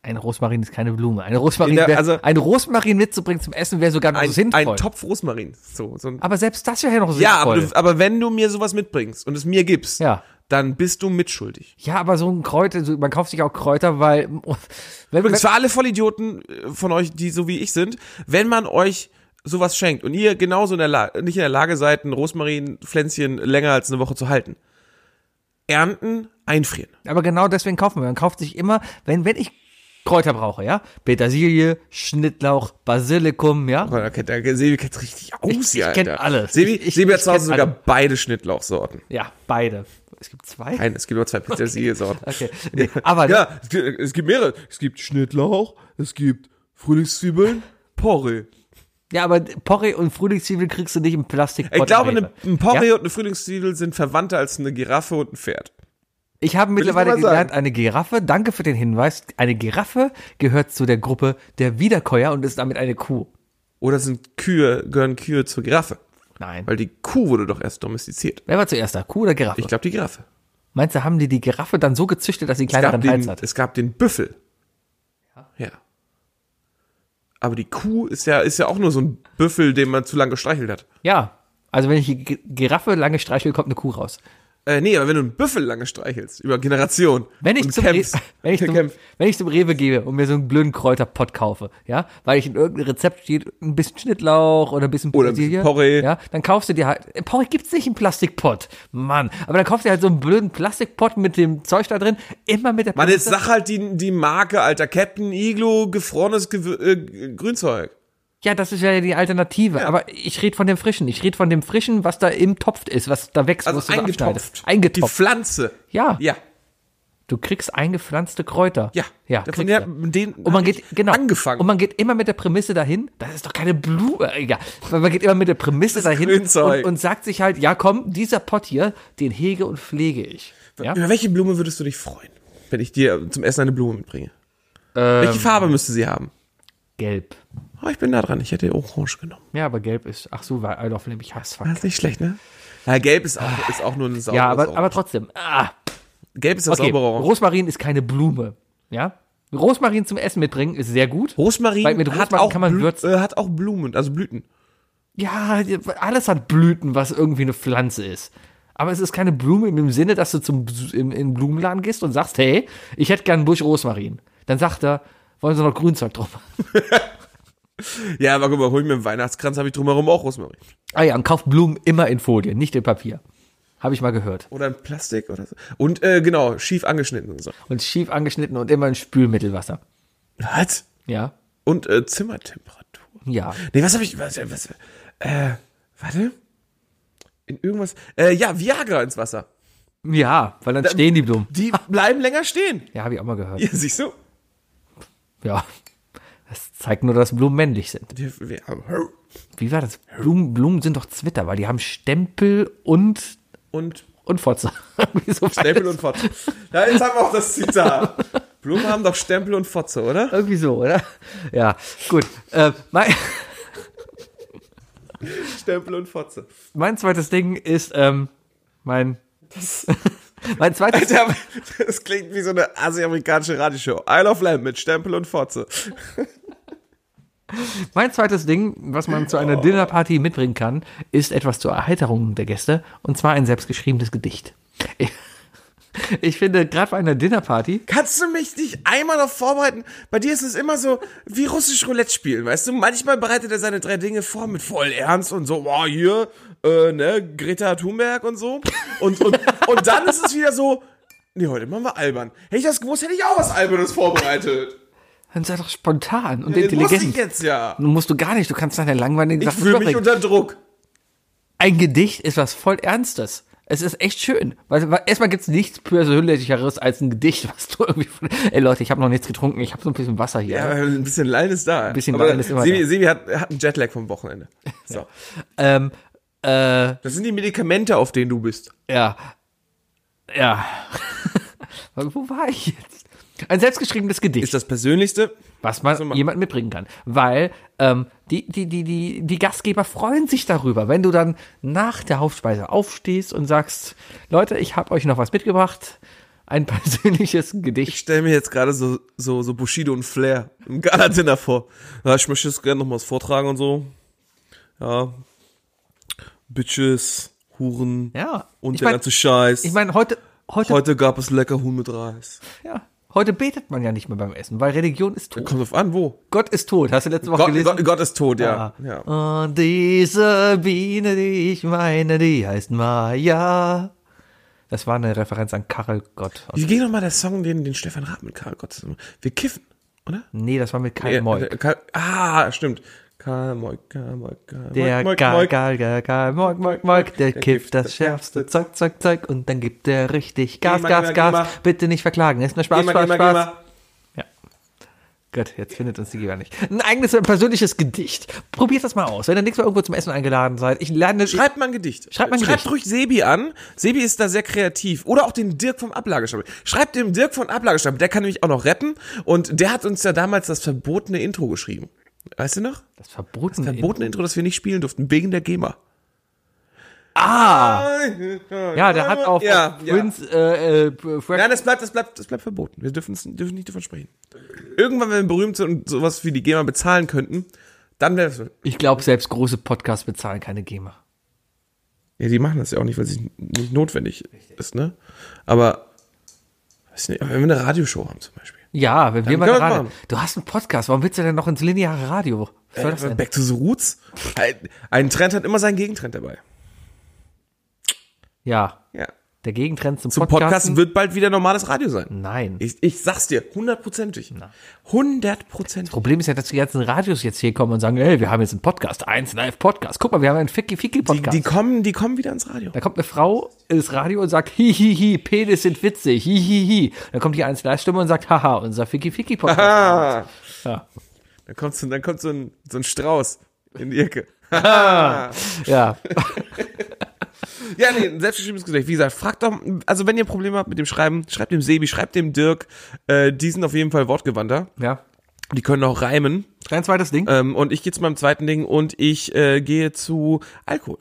Speaker 3: Ein Rosmarin ist keine Blume. Ein Rosmarin,
Speaker 4: In der-
Speaker 3: wär,
Speaker 4: also-
Speaker 3: ein Rosmarin mitzubringen zum Essen wäre sogar noch
Speaker 4: ein,
Speaker 3: sinnvoll.
Speaker 4: ein Topf Rosmarin. So, so ein,
Speaker 3: aber selbst das wäre ja noch sinnvoll.
Speaker 4: ja, aber, du, aber wenn du mir sowas mitbringst und es mir gibst,
Speaker 3: Ja.
Speaker 4: dann bist du mitschuldig.
Speaker 3: ja, aber so ein Kräuter, so, man kauft sich auch Kräuter, weil wenn,
Speaker 4: Übrigens für alle Vollidioten äh, von euch, die so wie ich sind, wenn man euch sowas schenkt und ihr genauso in der La nicht in der Lage seid, ein Rosmarinpflänzchen länger als eine Woche zu halten, ernten, einfrieren.
Speaker 3: Aber genau deswegen kaufen wir. Man kauft sich immer, wenn, wenn ich Kräuter brauche, ja? Petersilie, Schnittlauch, Basilikum, ja?
Speaker 4: Boah, Oh, da kennt, da, Sebi kennt richtig aus,
Speaker 3: Ich- ich
Speaker 4: hier,
Speaker 3: kenn
Speaker 4: Alter.
Speaker 3: alles.
Speaker 4: Sebi,
Speaker 3: Ich- ich-
Speaker 4: Sebi hat
Speaker 3: ich
Speaker 4: zu Hause
Speaker 3: kenn
Speaker 4: sogar
Speaker 3: alle.
Speaker 4: beide Schnittlauchsorten.
Speaker 3: Ja, beide. Es gibt zwei.
Speaker 4: Nein, es gibt nur zwei Petersilie-Sorten.
Speaker 3: Okay. Nee, aber ne
Speaker 4: Ja, es gibt, es gibt mehrere. Es gibt Schnittlauch, es gibt Frühlingszwiebeln, Porree.
Speaker 3: ja, aber Porree und Frühlingszwiebel kriegst du nicht im Plastik.
Speaker 4: Ich glaube, eine, ein Porree
Speaker 3: Ja?
Speaker 4: und eine Frühlingszwiebel sind verwandter als eine Giraffe und ein Pferd.
Speaker 3: Ich habe
Speaker 4: ich
Speaker 3: mittlerweile
Speaker 4: mal sagen.
Speaker 3: gelernt, eine Giraffe, danke für den Hinweis, eine Giraffe gehört zu der Gruppe der Wiederkäuer und ist damit eine Kuh.
Speaker 4: Oder sind Kühe, gehören Kühe zur Giraffe?
Speaker 3: Nein.
Speaker 4: Weil die Kuh wurde doch erst domestiziert.
Speaker 3: Wer war zuerst da? Kuh oder Giraffe?
Speaker 4: Ich glaube, die Giraffe.
Speaker 3: Meinst du, haben die die Giraffe dann so gezüchtet, dass sie einen
Speaker 4: Es gab,
Speaker 3: kleineren Hals
Speaker 4: den,
Speaker 3: hat?
Speaker 4: es gab den Büffel. Ja. Aber die Kuh ist ja, ist ja auch nur so ein Büffel, den man zu lange gestreichelt hat.
Speaker 3: Ja. Also wenn ich die Gi- Giraffe lange streichel, kommt eine Kuh raus.
Speaker 4: Äh, nee, aber wenn du einen Büffel lange streichelst, über Generationen.
Speaker 3: Wenn ich,
Speaker 4: und
Speaker 3: zum Re-
Speaker 4: kämpfst,
Speaker 3: wenn, ich zum,
Speaker 4: kämpfst.
Speaker 3: wenn ich zum Rewe gehe und mir so einen blöden Kräuterpott kaufe, ja, weil ich in irgendeinem Rezept steht, ein bisschen Schnittlauch oder ein bisschen
Speaker 4: Oder ein bisschen
Speaker 3: Petersilie,
Speaker 4: Porree.
Speaker 3: ja, dann kaufst du dir halt, äh, Porree gibt's nicht im Plastikpott, Mann, aber dann kaufst du dir halt so einen blöden Plastikpott mit dem Zeug da drin, immer mit der
Speaker 4: Mann, jetzt
Speaker 3: Pasta.
Speaker 4: sag halt die, die Marke, Alter. Captain Iglo, gefrorenes Gewür äh, Grünzeug.
Speaker 3: Ja, das ist ja die Alternative, aber ich rede von dem Frischen, ich rede von dem Frischen, was da im Topf ist, was da wächst,
Speaker 4: Also
Speaker 3: was du da
Speaker 4: eingetopft.
Speaker 3: abschneidest.
Speaker 4: Die
Speaker 3: Eingetopft.
Speaker 4: Pflanze.
Speaker 3: Ja,
Speaker 4: Ja,
Speaker 3: du kriegst eingepflanzte Kräuter.
Speaker 4: ja.
Speaker 3: ja
Speaker 4: Davon,
Speaker 3: kriegst
Speaker 4: ja
Speaker 3: du.
Speaker 4: mit denen
Speaker 3: Und man
Speaker 4: hab ich
Speaker 3: geht, genau.
Speaker 4: angefangen.
Speaker 3: Und man geht immer mit der Prämisse dahin, das ist doch keine Blume, äh, egal. Weil Man geht immer mit der Prämisse dahin
Speaker 4: Grünzeug.
Speaker 3: und, und sagt sich halt, ja komm, dieser Pott hier, den hege und pflege ich. Ja?
Speaker 4: Über welche Blume würdest du dich freuen,
Speaker 3: Ähm.
Speaker 4: wenn ich dir zum Essen eine Blume mitbringe? Welche Farbe müsste sie haben?
Speaker 3: Gelb.
Speaker 4: Oh, ich bin nah dran. Ich hätte Orange genommen.
Speaker 3: Ja, aber gelb ist. Ach so, weil Adolf nämlich Hass
Speaker 4: Das ist nicht schlecht, ne? Ja, gelb ist auch, ist auch nur ein sauberes
Speaker 3: Ja, aber,
Speaker 4: Orange.
Speaker 3: aber trotzdem. Ah,
Speaker 4: gelb ist das
Speaker 3: okay.
Speaker 4: saubere Orange.
Speaker 3: Rosmarin ist keine Blume. Ja? Rosmarin zum Essen mitbringen ist sehr gut.
Speaker 4: Rosmarin,
Speaker 3: Weil mit
Speaker 4: hat,
Speaker 3: Rosmarin
Speaker 4: auch
Speaker 3: kann man
Speaker 4: Blü-
Speaker 3: würzen.
Speaker 4: äh, hat auch Blumen, also Blüten.
Speaker 3: Ja, alles hat Blüten, was irgendwie eine Pflanze ist. Aber es ist keine Blume im Sinne, dass du zum im, in den Blumenladen gehst und sagst, hey, ich hätte gern einen Busch Rosmarin. Dann sagt er, wollen Sie noch Grünzeug drauf?
Speaker 4: Ja, aber guck mal, hol ich mir einen Weihnachtskranz, habe ich drumherum auch Rosmarin.
Speaker 3: Ah ja, und kauft Blumen immer in Folie, nicht in Papier. Habe ich mal gehört.
Speaker 4: Oder in Plastik oder so. Und äh, genau, schief angeschnitten und so.
Speaker 3: Und schief angeschnitten und immer in Spülmittelwasser.
Speaker 4: Was?
Speaker 3: Ja,
Speaker 4: Und äh, Zimmertemperatur.
Speaker 3: ja.
Speaker 4: Nee, was habe ich. Was, was, äh, warte. In irgendwas. Äh, ja, Viagra ins Wasser.
Speaker 3: Ja, weil dann
Speaker 4: Da-
Speaker 3: stehen die Blumen.
Speaker 4: Die bleiben länger stehen.
Speaker 3: Ja, habe ich auch mal gehört.
Speaker 4: Ah. Ja, siehst du?
Speaker 3: Ja. Das zeigt nur, dass Blumen männlich sind.
Speaker 4: Die, wir haben-
Speaker 3: Wie war das? Blumen, Blumen sind doch Zwitter, weil die haben Stempel und,
Speaker 4: Und
Speaker 3: und Fotze. Irgendwie so
Speaker 4: Stempel
Speaker 3: beides.
Speaker 4: und Fotze. Ja, jetzt haben wir auch das Zitat. Blumen haben doch Stempel und Fotze, oder?
Speaker 3: Irgendwie so, oder? Ja, gut. Äh, mein,
Speaker 4: Stempel und Fotze.
Speaker 3: mein zweites Ding ist, ähm, mein, mein zweites
Speaker 4: Alter, das klingt wie so eine asiatische Radioshow. Isle of Lamb mit Stempel und Fotze.
Speaker 3: Mein zweites Ding, was man zu
Speaker 4: Oh.
Speaker 3: einer Dinnerparty mitbringen kann, ist etwas zur Erheiterung der Gäste und zwar ein selbstgeschriebenes Gedicht. Ich, ich finde, gerade bei einer Dinnerparty,
Speaker 4: Kannst du mich nicht einmal noch vorbereiten? Bei dir ist es immer so wie russisch Roulette spielen, weißt du? Manchmal bereitet er seine drei Dinge vor mit voll Ernst und so, boah, hier, äh, ne, Greta Thunberg und so. Und, und, und dann ist es wieder so, nee, heute machen wir albern. Hätte ich das gewusst, hätte ich auch was Albernes vorbereitet.
Speaker 3: dann sei doch spontan und
Speaker 4: Den muss ich
Speaker 3: intelligent.
Speaker 4: jetzt ja.
Speaker 3: Nun musst du gar nicht, du kannst deine langweiligen
Speaker 4: Ich
Speaker 3: Sachen
Speaker 4: fühle mich
Speaker 3: überbringen.
Speaker 4: unter Druck.
Speaker 3: Ein Gedicht ist was voll Ernstes. Es ist echt schön. Weil, weil erstmal gibt's nichts persönlicheres als ein Gedicht, was du irgendwie von. Ey Leute, ich habe noch nichts getrunken, ich habe so ein bisschen Wasser hier.
Speaker 4: Ja, aber ein bisschen Lein ist da. Ein
Speaker 3: bisschen Lein ist immer
Speaker 4: Sebi,
Speaker 3: da.
Speaker 4: Sebi hat, hat einen Jetlag vom Wochenende. So.
Speaker 3: Ähm, äh,
Speaker 4: Das sind die Medikamente, auf denen du bist.
Speaker 3: Ja. Ja. Wo war ich jetzt? Ein selbstgeschriebenes Gedicht,
Speaker 4: Ist das Persönlichste?
Speaker 3: was man
Speaker 4: machen.
Speaker 3: jemand mitbringen kann. Weil ähm, die, die, die, die, die Gastgeber freuen sich darüber, wenn du dann nach der Hauptspeise aufstehst und sagst, Leute, ich habe euch noch was mitgebracht. Ein persönliches
Speaker 4: Ich
Speaker 3: Gedicht.
Speaker 4: stelle mir jetzt gerade so, so, so Bushido und Flair im Gala-Dinner vor. Ja, ich möchte jetzt gerne noch mal was vortragen und so. Ja. Bitches, Huren
Speaker 3: Ja.
Speaker 4: und
Speaker 3: Ich
Speaker 4: der
Speaker 3: mein-
Speaker 4: ganze Scheiß.
Speaker 3: Ich meine, heute, heute, Oh.
Speaker 4: Heute gab es lecker Huhn mit Reis.
Speaker 3: ja, heute betet man ja nicht mehr beim Essen, weil Religion ist tot.
Speaker 4: Kommt drauf an, wo?
Speaker 3: Gott ist tot. Hast du letzte Woche
Speaker 4: Gott,
Speaker 3: gelesen? Ah.
Speaker 4: Gott, Gott ist tot, ja. ja.
Speaker 3: Und diese Biene, die ich meine, die heißt Maya. Das war eine Referenz an Karel Gott.
Speaker 4: Wie ging noch mal der Song, den, den Stefan Raab mit Karl Gott zusammen- Wir kiffen, oder?
Speaker 3: Nee, das war mit Karl
Speaker 4: Ja,
Speaker 3: Moik.
Speaker 4: äh, Karl, ah, stimmt. Karl Moik, Karl Moik, Karl Moik,
Speaker 3: Der
Speaker 4: Moik,
Speaker 3: Karl,
Speaker 4: Moik.
Speaker 3: Karl, Karl, Karl, Moik, Moik, Moik, der kifft das schärfste Zeug, Zeug, Zeug und dann gibt er richtig Gas,
Speaker 4: mal,
Speaker 3: Gas,
Speaker 4: geh mal, geh
Speaker 3: Gas.
Speaker 4: mal.
Speaker 3: Bitte nicht verklagen, ist nur Spaß,
Speaker 4: Geh mal, geh
Speaker 3: Spaß,
Speaker 4: mal, geh
Speaker 3: Spaß.
Speaker 4: mal.
Speaker 3: Gott, jetzt findet uns die Geber nicht. Ein eigenes persönliches Gedicht. Probiert das mal aus. Wenn ihr nächstes Mal irgendwo zum Essen eingeladen seid, ich lerne...
Speaker 4: Schreibt mal ein Gedicht.
Speaker 3: Schreibt mal ein
Speaker 4: Schreibt
Speaker 3: Gedicht.
Speaker 4: ruhig Sebi an. Sebi ist da sehr kreativ. Oder auch den Dirk vom Ablagestapel. Schreibt dem Dirk von Ablagestapel. Der kann nämlich auch noch rappen. Und der hat uns ja damals das verbotene Intro geschrieben. Weißt du noch?
Speaker 3: Das verboten.
Speaker 4: Verbotene Intro, das wir nicht spielen durften, wegen der GEMA.
Speaker 3: ah! Ja, der hat auf
Speaker 4: Ja, ja.
Speaker 3: Prince... Äh, äh, Frank
Speaker 4: Nein, das bleibt, das bleibt, das bleibt verboten. Wir dürfen, es- dürfen nicht davon sprechen. Irgendwann, wenn wir berühmt sind und sowas wie die GEMA bezahlen könnten, dann wäre das.
Speaker 3: Ich glaube, selbst große Podcasts bezahlen keine GEMA.
Speaker 4: Ja, die machen das ja auch nicht, weil es nicht- nicht notwendig ist, ne? Aber, weiß nicht, aber wenn wir eine Radioshow haben zum Beispiel.
Speaker 3: Ja, wenn wir mal
Speaker 4: können wir
Speaker 3: gerade.
Speaker 4: machen.
Speaker 3: Du hast einen Podcast, warum willst du denn noch ins lineare Radio? Was soll das denn?
Speaker 4: Back to the Roots. Ein, ein Trend hat immer seinen Gegentrend dabei.
Speaker 3: Ja,
Speaker 4: Ja.
Speaker 3: der Gegentrend zum,
Speaker 4: Zum Podcast
Speaker 3: Podcasten.
Speaker 4: wird bald wieder normales Radio sein.
Speaker 3: Nein.
Speaker 4: Ich, ich sag's dir, hundertprozentig. Hundertprozentig.
Speaker 3: Problem ist ja, dass die ganzen Radios jetzt hier kommen und sagen, hey, wir haben jetzt einen Podcast, eins live Podcast. Guck mal, wir haben einen Ficky Ficky
Speaker 4: Die,
Speaker 3: Podcast.
Speaker 4: die, kommen, die kommen wieder ins Radio.
Speaker 3: da kommt eine Frau ins Radio und sagt, hihihi, Penis sind witzig, hihihi. Dann kommt die eins live Stimme und sagt, haha, unser Ficky Ficky Podcast.
Speaker 4: Ah,
Speaker 3: Ja.
Speaker 4: dann kommt, so- dann kommt so, ein, so ein Strauß in die Ecke.
Speaker 3: ja.
Speaker 4: Ja, nee, ein selbstgeschriebenes Gedicht. Wie gesagt, fragt doch, also wenn ihr Probleme habt mit dem Schreiben, schreibt dem Sebi, schreibt dem Dirk. Äh, die sind auf jeden Fall wortgewandter.
Speaker 3: Ja.
Speaker 4: Die können auch reimen.
Speaker 3: Dein zweites Ding?
Speaker 4: Ähm, und ich gehe zu meinem zweiten Ding und ich äh, gehe zu Alkohol.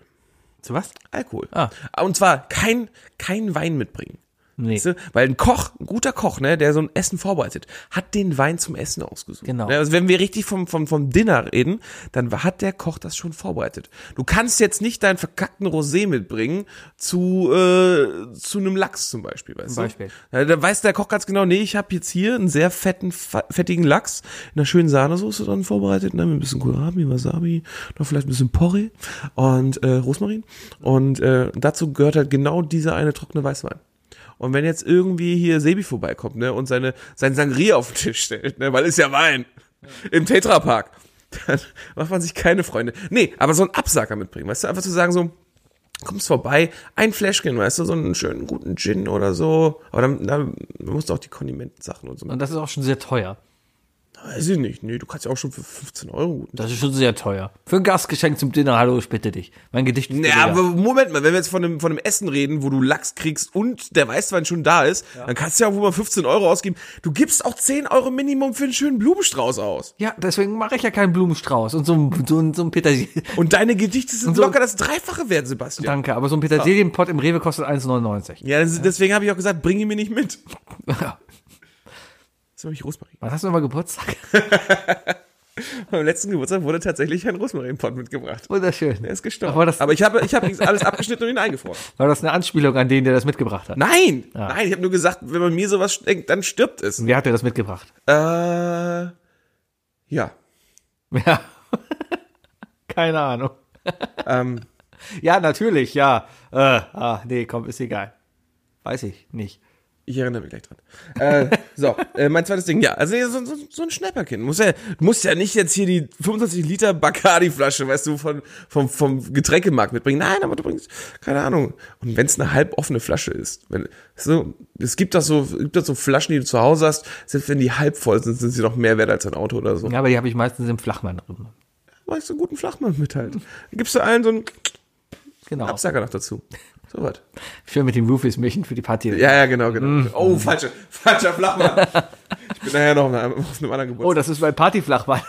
Speaker 3: Zu was?
Speaker 4: Alkohol.
Speaker 3: Ah.
Speaker 4: Und zwar kein, kein Wein mitbringen.
Speaker 3: Nee.
Speaker 4: Weißt du? Weil ein Koch, ein guter Koch, ne, der so ein Essen vorbereitet, hat den Wein zum Essen ausgesucht.
Speaker 3: Genau.
Speaker 4: Ne? Also wenn wir richtig vom, vom, vom Dinner reden, dann hat der Koch das schon vorbereitet. Du kannst jetzt nicht deinen verkackten Rosé mitbringen zu, äh, zu einem Lachs zum Beispiel, weißt
Speaker 3: Zum
Speaker 4: du?
Speaker 3: Beispiel.
Speaker 4: Ja, da weiß der Koch ganz genau, nee, ich habe jetzt hier einen sehr fetten, fa- fettigen Lachs in einer schönen Sahnesoße dann vorbereitet, ne, mit ein bisschen Kohlrabi, Wasabi, noch vielleicht ein bisschen Porree und äh, Rosmarin. Und äh, dazu gehört halt genau dieser eine trockene Weißwein. Und wenn jetzt irgendwie hier Sebi vorbeikommt, ne, und seine, sein Sangria auf den Tisch stellt, ne, weil ist ja Wein im Tetrapark, dann macht man sich keine Freunde. Nee, aber so einen Absacker mitbringen, weißt du, einfach zu sagen so, kommst vorbei, ein Fläschchen, weißt du, so einen schönen guten Gin oder so. Aber dann, dann musst du auch die Kondimentensachen und so machen.
Speaker 3: Und das ist auch schon sehr teuer.
Speaker 4: Weiß ich nicht, nee, du kannst ja auch schon für 15 Euro guten.
Speaker 3: Das ist schon sehr teuer. Für ein Gastgeschenk zum Dinner, hallo, ich bitte dich. Mein Gedicht ist
Speaker 4: Ja,
Speaker 3: billiger.
Speaker 4: aber Moment mal, wenn wir jetzt von einem, von einem Essen reden, wo du Lachs kriegst und der Weißwein schon da ist, dann kannst du ja auch wohl mal 15 Euro ausgeben. Du gibst auch 10 Euro Minimum für einen schönen Blumenstrauß aus.
Speaker 3: ja deswegen mache ich ja keinen Blumenstrauß und so, ein- so, ein- so ein Petersilie.
Speaker 4: Und deine Gedichte sind
Speaker 3: so-
Speaker 4: locker das Dreifache wert, Sebastian.
Speaker 3: Danke, aber so ein Petersilienpott im Rewe kostet 1,99.
Speaker 4: ja, das- deswegen habe ich auch gesagt, bring ihn mir nicht mit.
Speaker 3: Ja.
Speaker 4: Das habe ich Rosmarin.
Speaker 3: Wann hast du nochmal Geburtstag?
Speaker 4: Beim letzten Geburtstag wurde tatsächlich ein Rosmarinpott mitgebracht.
Speaker 3: Wunderschön.
Speaker 4: Er ist gestorben.
Speaker 3: Aber das,
Speaker 4: Aber ich habe, ich habe alles abgeschnitten und ihn eingefroren.
Speaker 3: war das eine Anspielung an den, der das mitgebracht hat?
Speaker 4: Nein, nein, ich habe nur gesagt, wenn man mir sowas denkt, dann stirbt es. Äh,
Speaker 3: Wer hat dir das mitgebracht?
Speaker 4: ja,
Speaker 3: Ja. Keine Ahnung.
Speaker 4: ähm,
Speaker 3: Ja, natürlich, ja. Äh, ah, nee, komm, ist egal. Weiß ich nicht.
Speaker 4: ich erinnere mich gleich dran. Äh, so, äh, mein zweites Ding, ja, also nee, so, so, so ein Schnäpperkind. Muss ja, muss ja nicht jetzt hier die 25 Liter Bacardi-Flasche, weißt du, von, vom, vom Getränkemarkt mitbringen. Nein, aber du bringst, keine Ahnung. Und wenn es eine halb offene Flasche ist, wenn, so, es gibt das so, gibt das so Flaschen, die du zu Hause hast, selbst wenn die halb voll sind, sind sie noch mehr wert als ein Auto oder so.
Speaker 3: Ja, aber die habe ich meistens im Flachmann drin.
Speaker 4: machst du einen guten Flachmann mit halt. Dann Gibst du allen so einen
Speaker 3: Genau.
Speaker 4: Absacker noch dazu. So was.
Speaker 3: Schön mit dem Rufus Mischen für die Party.
Speaker 4: Ja, ja, genau, genau.
Speaker 3: Mhm.
Speaker 4: Oh, falsche, falscher Flachmann. Ich bin nachher noch auf einem auf einem anderen
Speaker 3: Oh,
Speaker 4: Geburtstag.
Speaker 3: das ist mein Partyflachmann.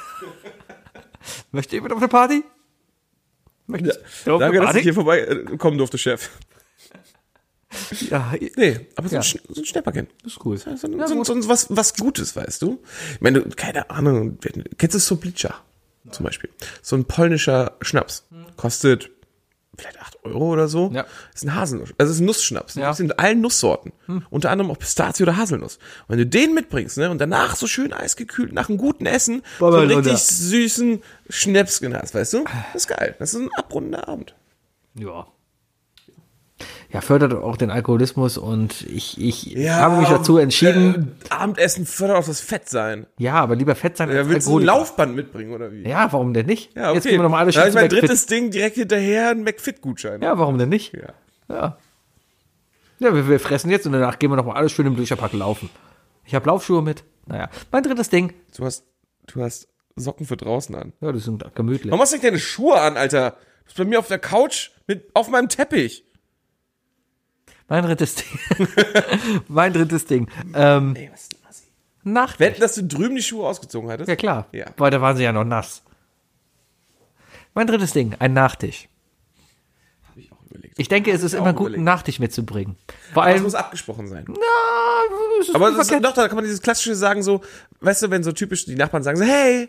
Speaker 3: Möchtet ihr mit auf eine Party? Möchtest du auf eine
Speaker 4: Danke, dass ich
Speaker 3: Party?
Speaker 4: hier vorbeikommen durfte, Chef.
Speaker 3: Ja, i-
Speaker 4: Nee, aber so
Speaker 3: Ja.
Speaker 4: ein, Sch- so ein Schnäpperchen.
Speaker 3: das ist cool.
Speaker 4: So, ein- so, ein- so ein- was, was Gutes, weißt du? Ich meine, du, keine Ahnung. wenn- Kennst du Soblica zum Beispiel? So ein polnischer Schnaps. Kostet vielleicht 8 Euro oder so.
Speaker 3: Hm. Ja.
Speaker 4: Ist ein Haselnuss. Also ist ein Nussschnaps.
Speaker 3: Ja. Hm.
Speaker 4: Ja. in allen Nusssorten. Unter anderem auch Pistazie oder Haselnuss. Wenn du den mitbringst, ne, und danach so schön eisgekühlt, nach einem guten Essen, so einen
Speaker 3: Babalunda.
Speaker 4: richtig süßen Schnäpschen hast, weißt du? Das ist geil. Das ist ein abrundender Abend.
Speaker 3: Ja. Ja, fördert auch den Alkoholismus und ich, ich habe mich dazu entschieden.
Speaker 4: Äh, Abendessen fördert auch das Fettsein.
Speaker 3: ja, aber lieber fett sein
Speaker 4: äh, Ja, willst du ein
Speaker 3: Alkoholiker.
Speaker 4: Laufband mitbringen oder wie?
Speaker 3: Ja, warum denn nicht?
Speaker 4: Ja, okay.
Speaker 3: Jetzt gehen wir nochmal alle
Speaker 4: ja,
Speaker 3: schön
Speaker 4: ich mein
Speaker 3: zu McFit.
Speaker 4: drittes Ding direkt hinterher ein McFit-Gutschein.
Speaker 3: Ja, warum denn nicht?
Speaker 4: Ja.
Speaker 3: Ja. Ja, wir, wir fressen jetzt und danach gehen wir nochmal alles schön im Blücherpark laufen. Ich habe Laufschuhe mit. Naja, mein drittes Ding.
Speaker 4: Du hast, du hast Socken für draußen an.
Speaker 3: Ja, das sind gemütlich.
Speaker 4: Warum hast du denn deine Schuhe an, Alter? Du bist bei mir auf der Couch mit auf meinem Teppich.
Speaker 3: Mein drittes Ding. mein drittes Ding. Ähm,
Speaker 4: Ey, was ist denn Assi?
Speaker 3: Nacht.
Speaker 4: Wetten, dass du drüben die Schuhe ausgezogen hattest?
Speaker 3: Ja, klar.
Speaker 4: Ja.
Speaker 3: Weil da waren sie ja noch nass. Mein drittes Ding, ein Nachtisch.
Speaker 4: Hab ich auch überlegt.
Speaker 3: Ich denke, es ist
Speaker 4: ich
Speaker 3: immer
Speaker 4: auch
Speaker 3: gut, einen
Speaker 4: überlegt.
Speaker 3: Nachtisch mitzubringen. Vor
Speaker 4: Aber es
Speaker 3: allem,
Speaker 4: muss abgesprochen sein.
Speaker 3: Ah, es ist
Speaker 4: Aber
Speaker 3: nicht
Speaker 4: das ist,
Speaker 3: verkehrt.
Speaker 4: doch, da kann man dieses klassische sagen, so, weißt du, wenn so typisch die Nachbarn sagen, so, hey,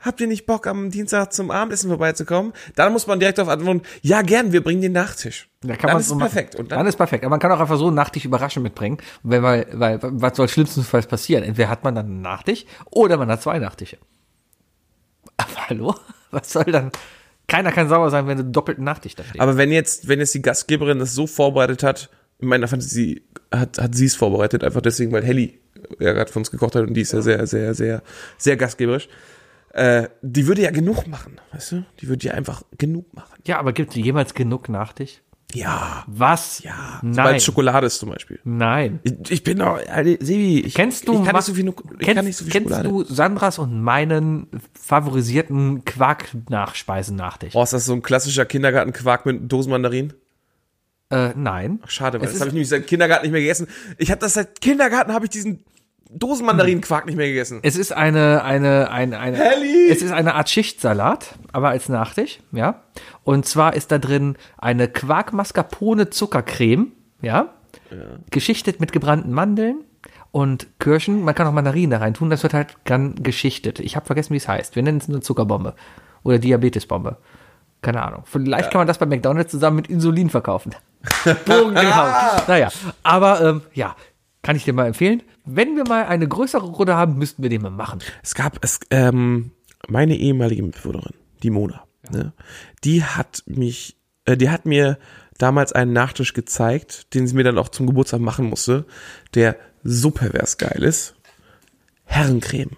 Speaker 4: habt ihr nicht Bock, am Dienstag zum Abendessen vorbeizukommen? Dann muss man direkt darauf antworten, ja, gern, wir bringen den Nachtisch.
Speaker 3: Da
Speaker 4: dann
Speaker 3: man's
Speaker 4: ist
Speaker 3: so
Speaker 4: es
Speaker 3: machen.
Speaker 4: perfekt. Und
Speaker 3: dann,
Speaker 4: dann,
Speaker 3: ist perfekt. Aber man kann auch einfach so einen Nachtisch überraschend mitbringen, wenn weil, weil was soll schlimmstenfalls passieren? Entweder hat man dann einen Nachtisch oder man hat zwei Nachtische. Aber hallo, was soll dann? Keiner kann sauer sein, wenn du doppelten Nachtisch da steht.
Speaker 4: aber wenn jetzt, wenn jetzt die Gastgeberin das so vorbereitet hat, in meiner Fantasie hat, hat sie es vorbereitet, einfach deswegen, weil Helly äh, ja gerade für uns gekocht hat und die ist ja sehr, sehr, sehr, sehr gastgeberisch. Äh, die würde ja genug machen, weißt du? Die würde ja einfach genug machen.
Speaker 3: Ja, aber gibt es jemals genug Nachtisch?
Speaker 4: Ja,
Speaker 3: Was?
Speaker 4: ja. Sobald
Speaker 3: Nein.
Speaker 4: es Schokolade ist zum Beispiel.
Speaker 3: Nein.
Speaker 4: Ich, ich bin doch, Alter, Sebi, ich,
Speaker 3: Kennst du,
Speaker 4: ich kann
Speaker 3: Ma-
Speaker 4: nicht so viel, Nu- ich
Speaker 3: kennst,
Speaker 4: kann nicht so viel
Speaker 3: kennst
Speaker 4: Schokolade.
Speaker 3: du Sandras und meinen favorisierten Quark-Nachspeisen-Nachtisch?
Speaker 4: Oh, ist das so ein klassischer Kindergartenquark mit Dosenmandarinen?
Speaker 3: Äh, nein.
Speaker 4: Schade, weil
Speaker 3: Es
Speaker 4: das
Speaker 3: ist-
Speaker 4: habe ich nämlich seit Kindergarten nicht mehr gegessen. Ich habe das seit Kindergarten habe ich diesen Dosenmandarinenquark nicht mehr gegessen.
Speaker 3: Es ist eine, eine, eine, eine,
Speaker 4: Helly!
Speaker 3: es ist eine Art Schichtsalat, aber als Nachtisch, ja. Und zwar ist da drin eine Quark-Mascarpone-Zuckercreme, ja? Geschichtet mit gebrannten Mandeln und Kirschen. Man kann auch Mandarinen da rein tun, das wird halt dann geschichtet. Ich habe vergessen, wie es heißt. Wir nennen es nur Zuckerbombe oder Diabetesbombe. Keine Ahnung. Vielleicht kann man das bei McDonalds zusammen mit Insulin verkaufen. Bogen gehauen. Naja, aber ähm, ja, kann ich dir mal empfehlen. Wenn wir mal eine größere Runde haben, müssten wir den mal machen.
Speaker 4: Es gab es, ähm, meine ehemalige Mitbewohnerin, die Mona, ne, die hat mich, äh, die hat mir damals einen Nachtisch gezeigt, den sie mir dann auch zum Geburtstag machen musste, der so pervers geil ist. Herrencreme.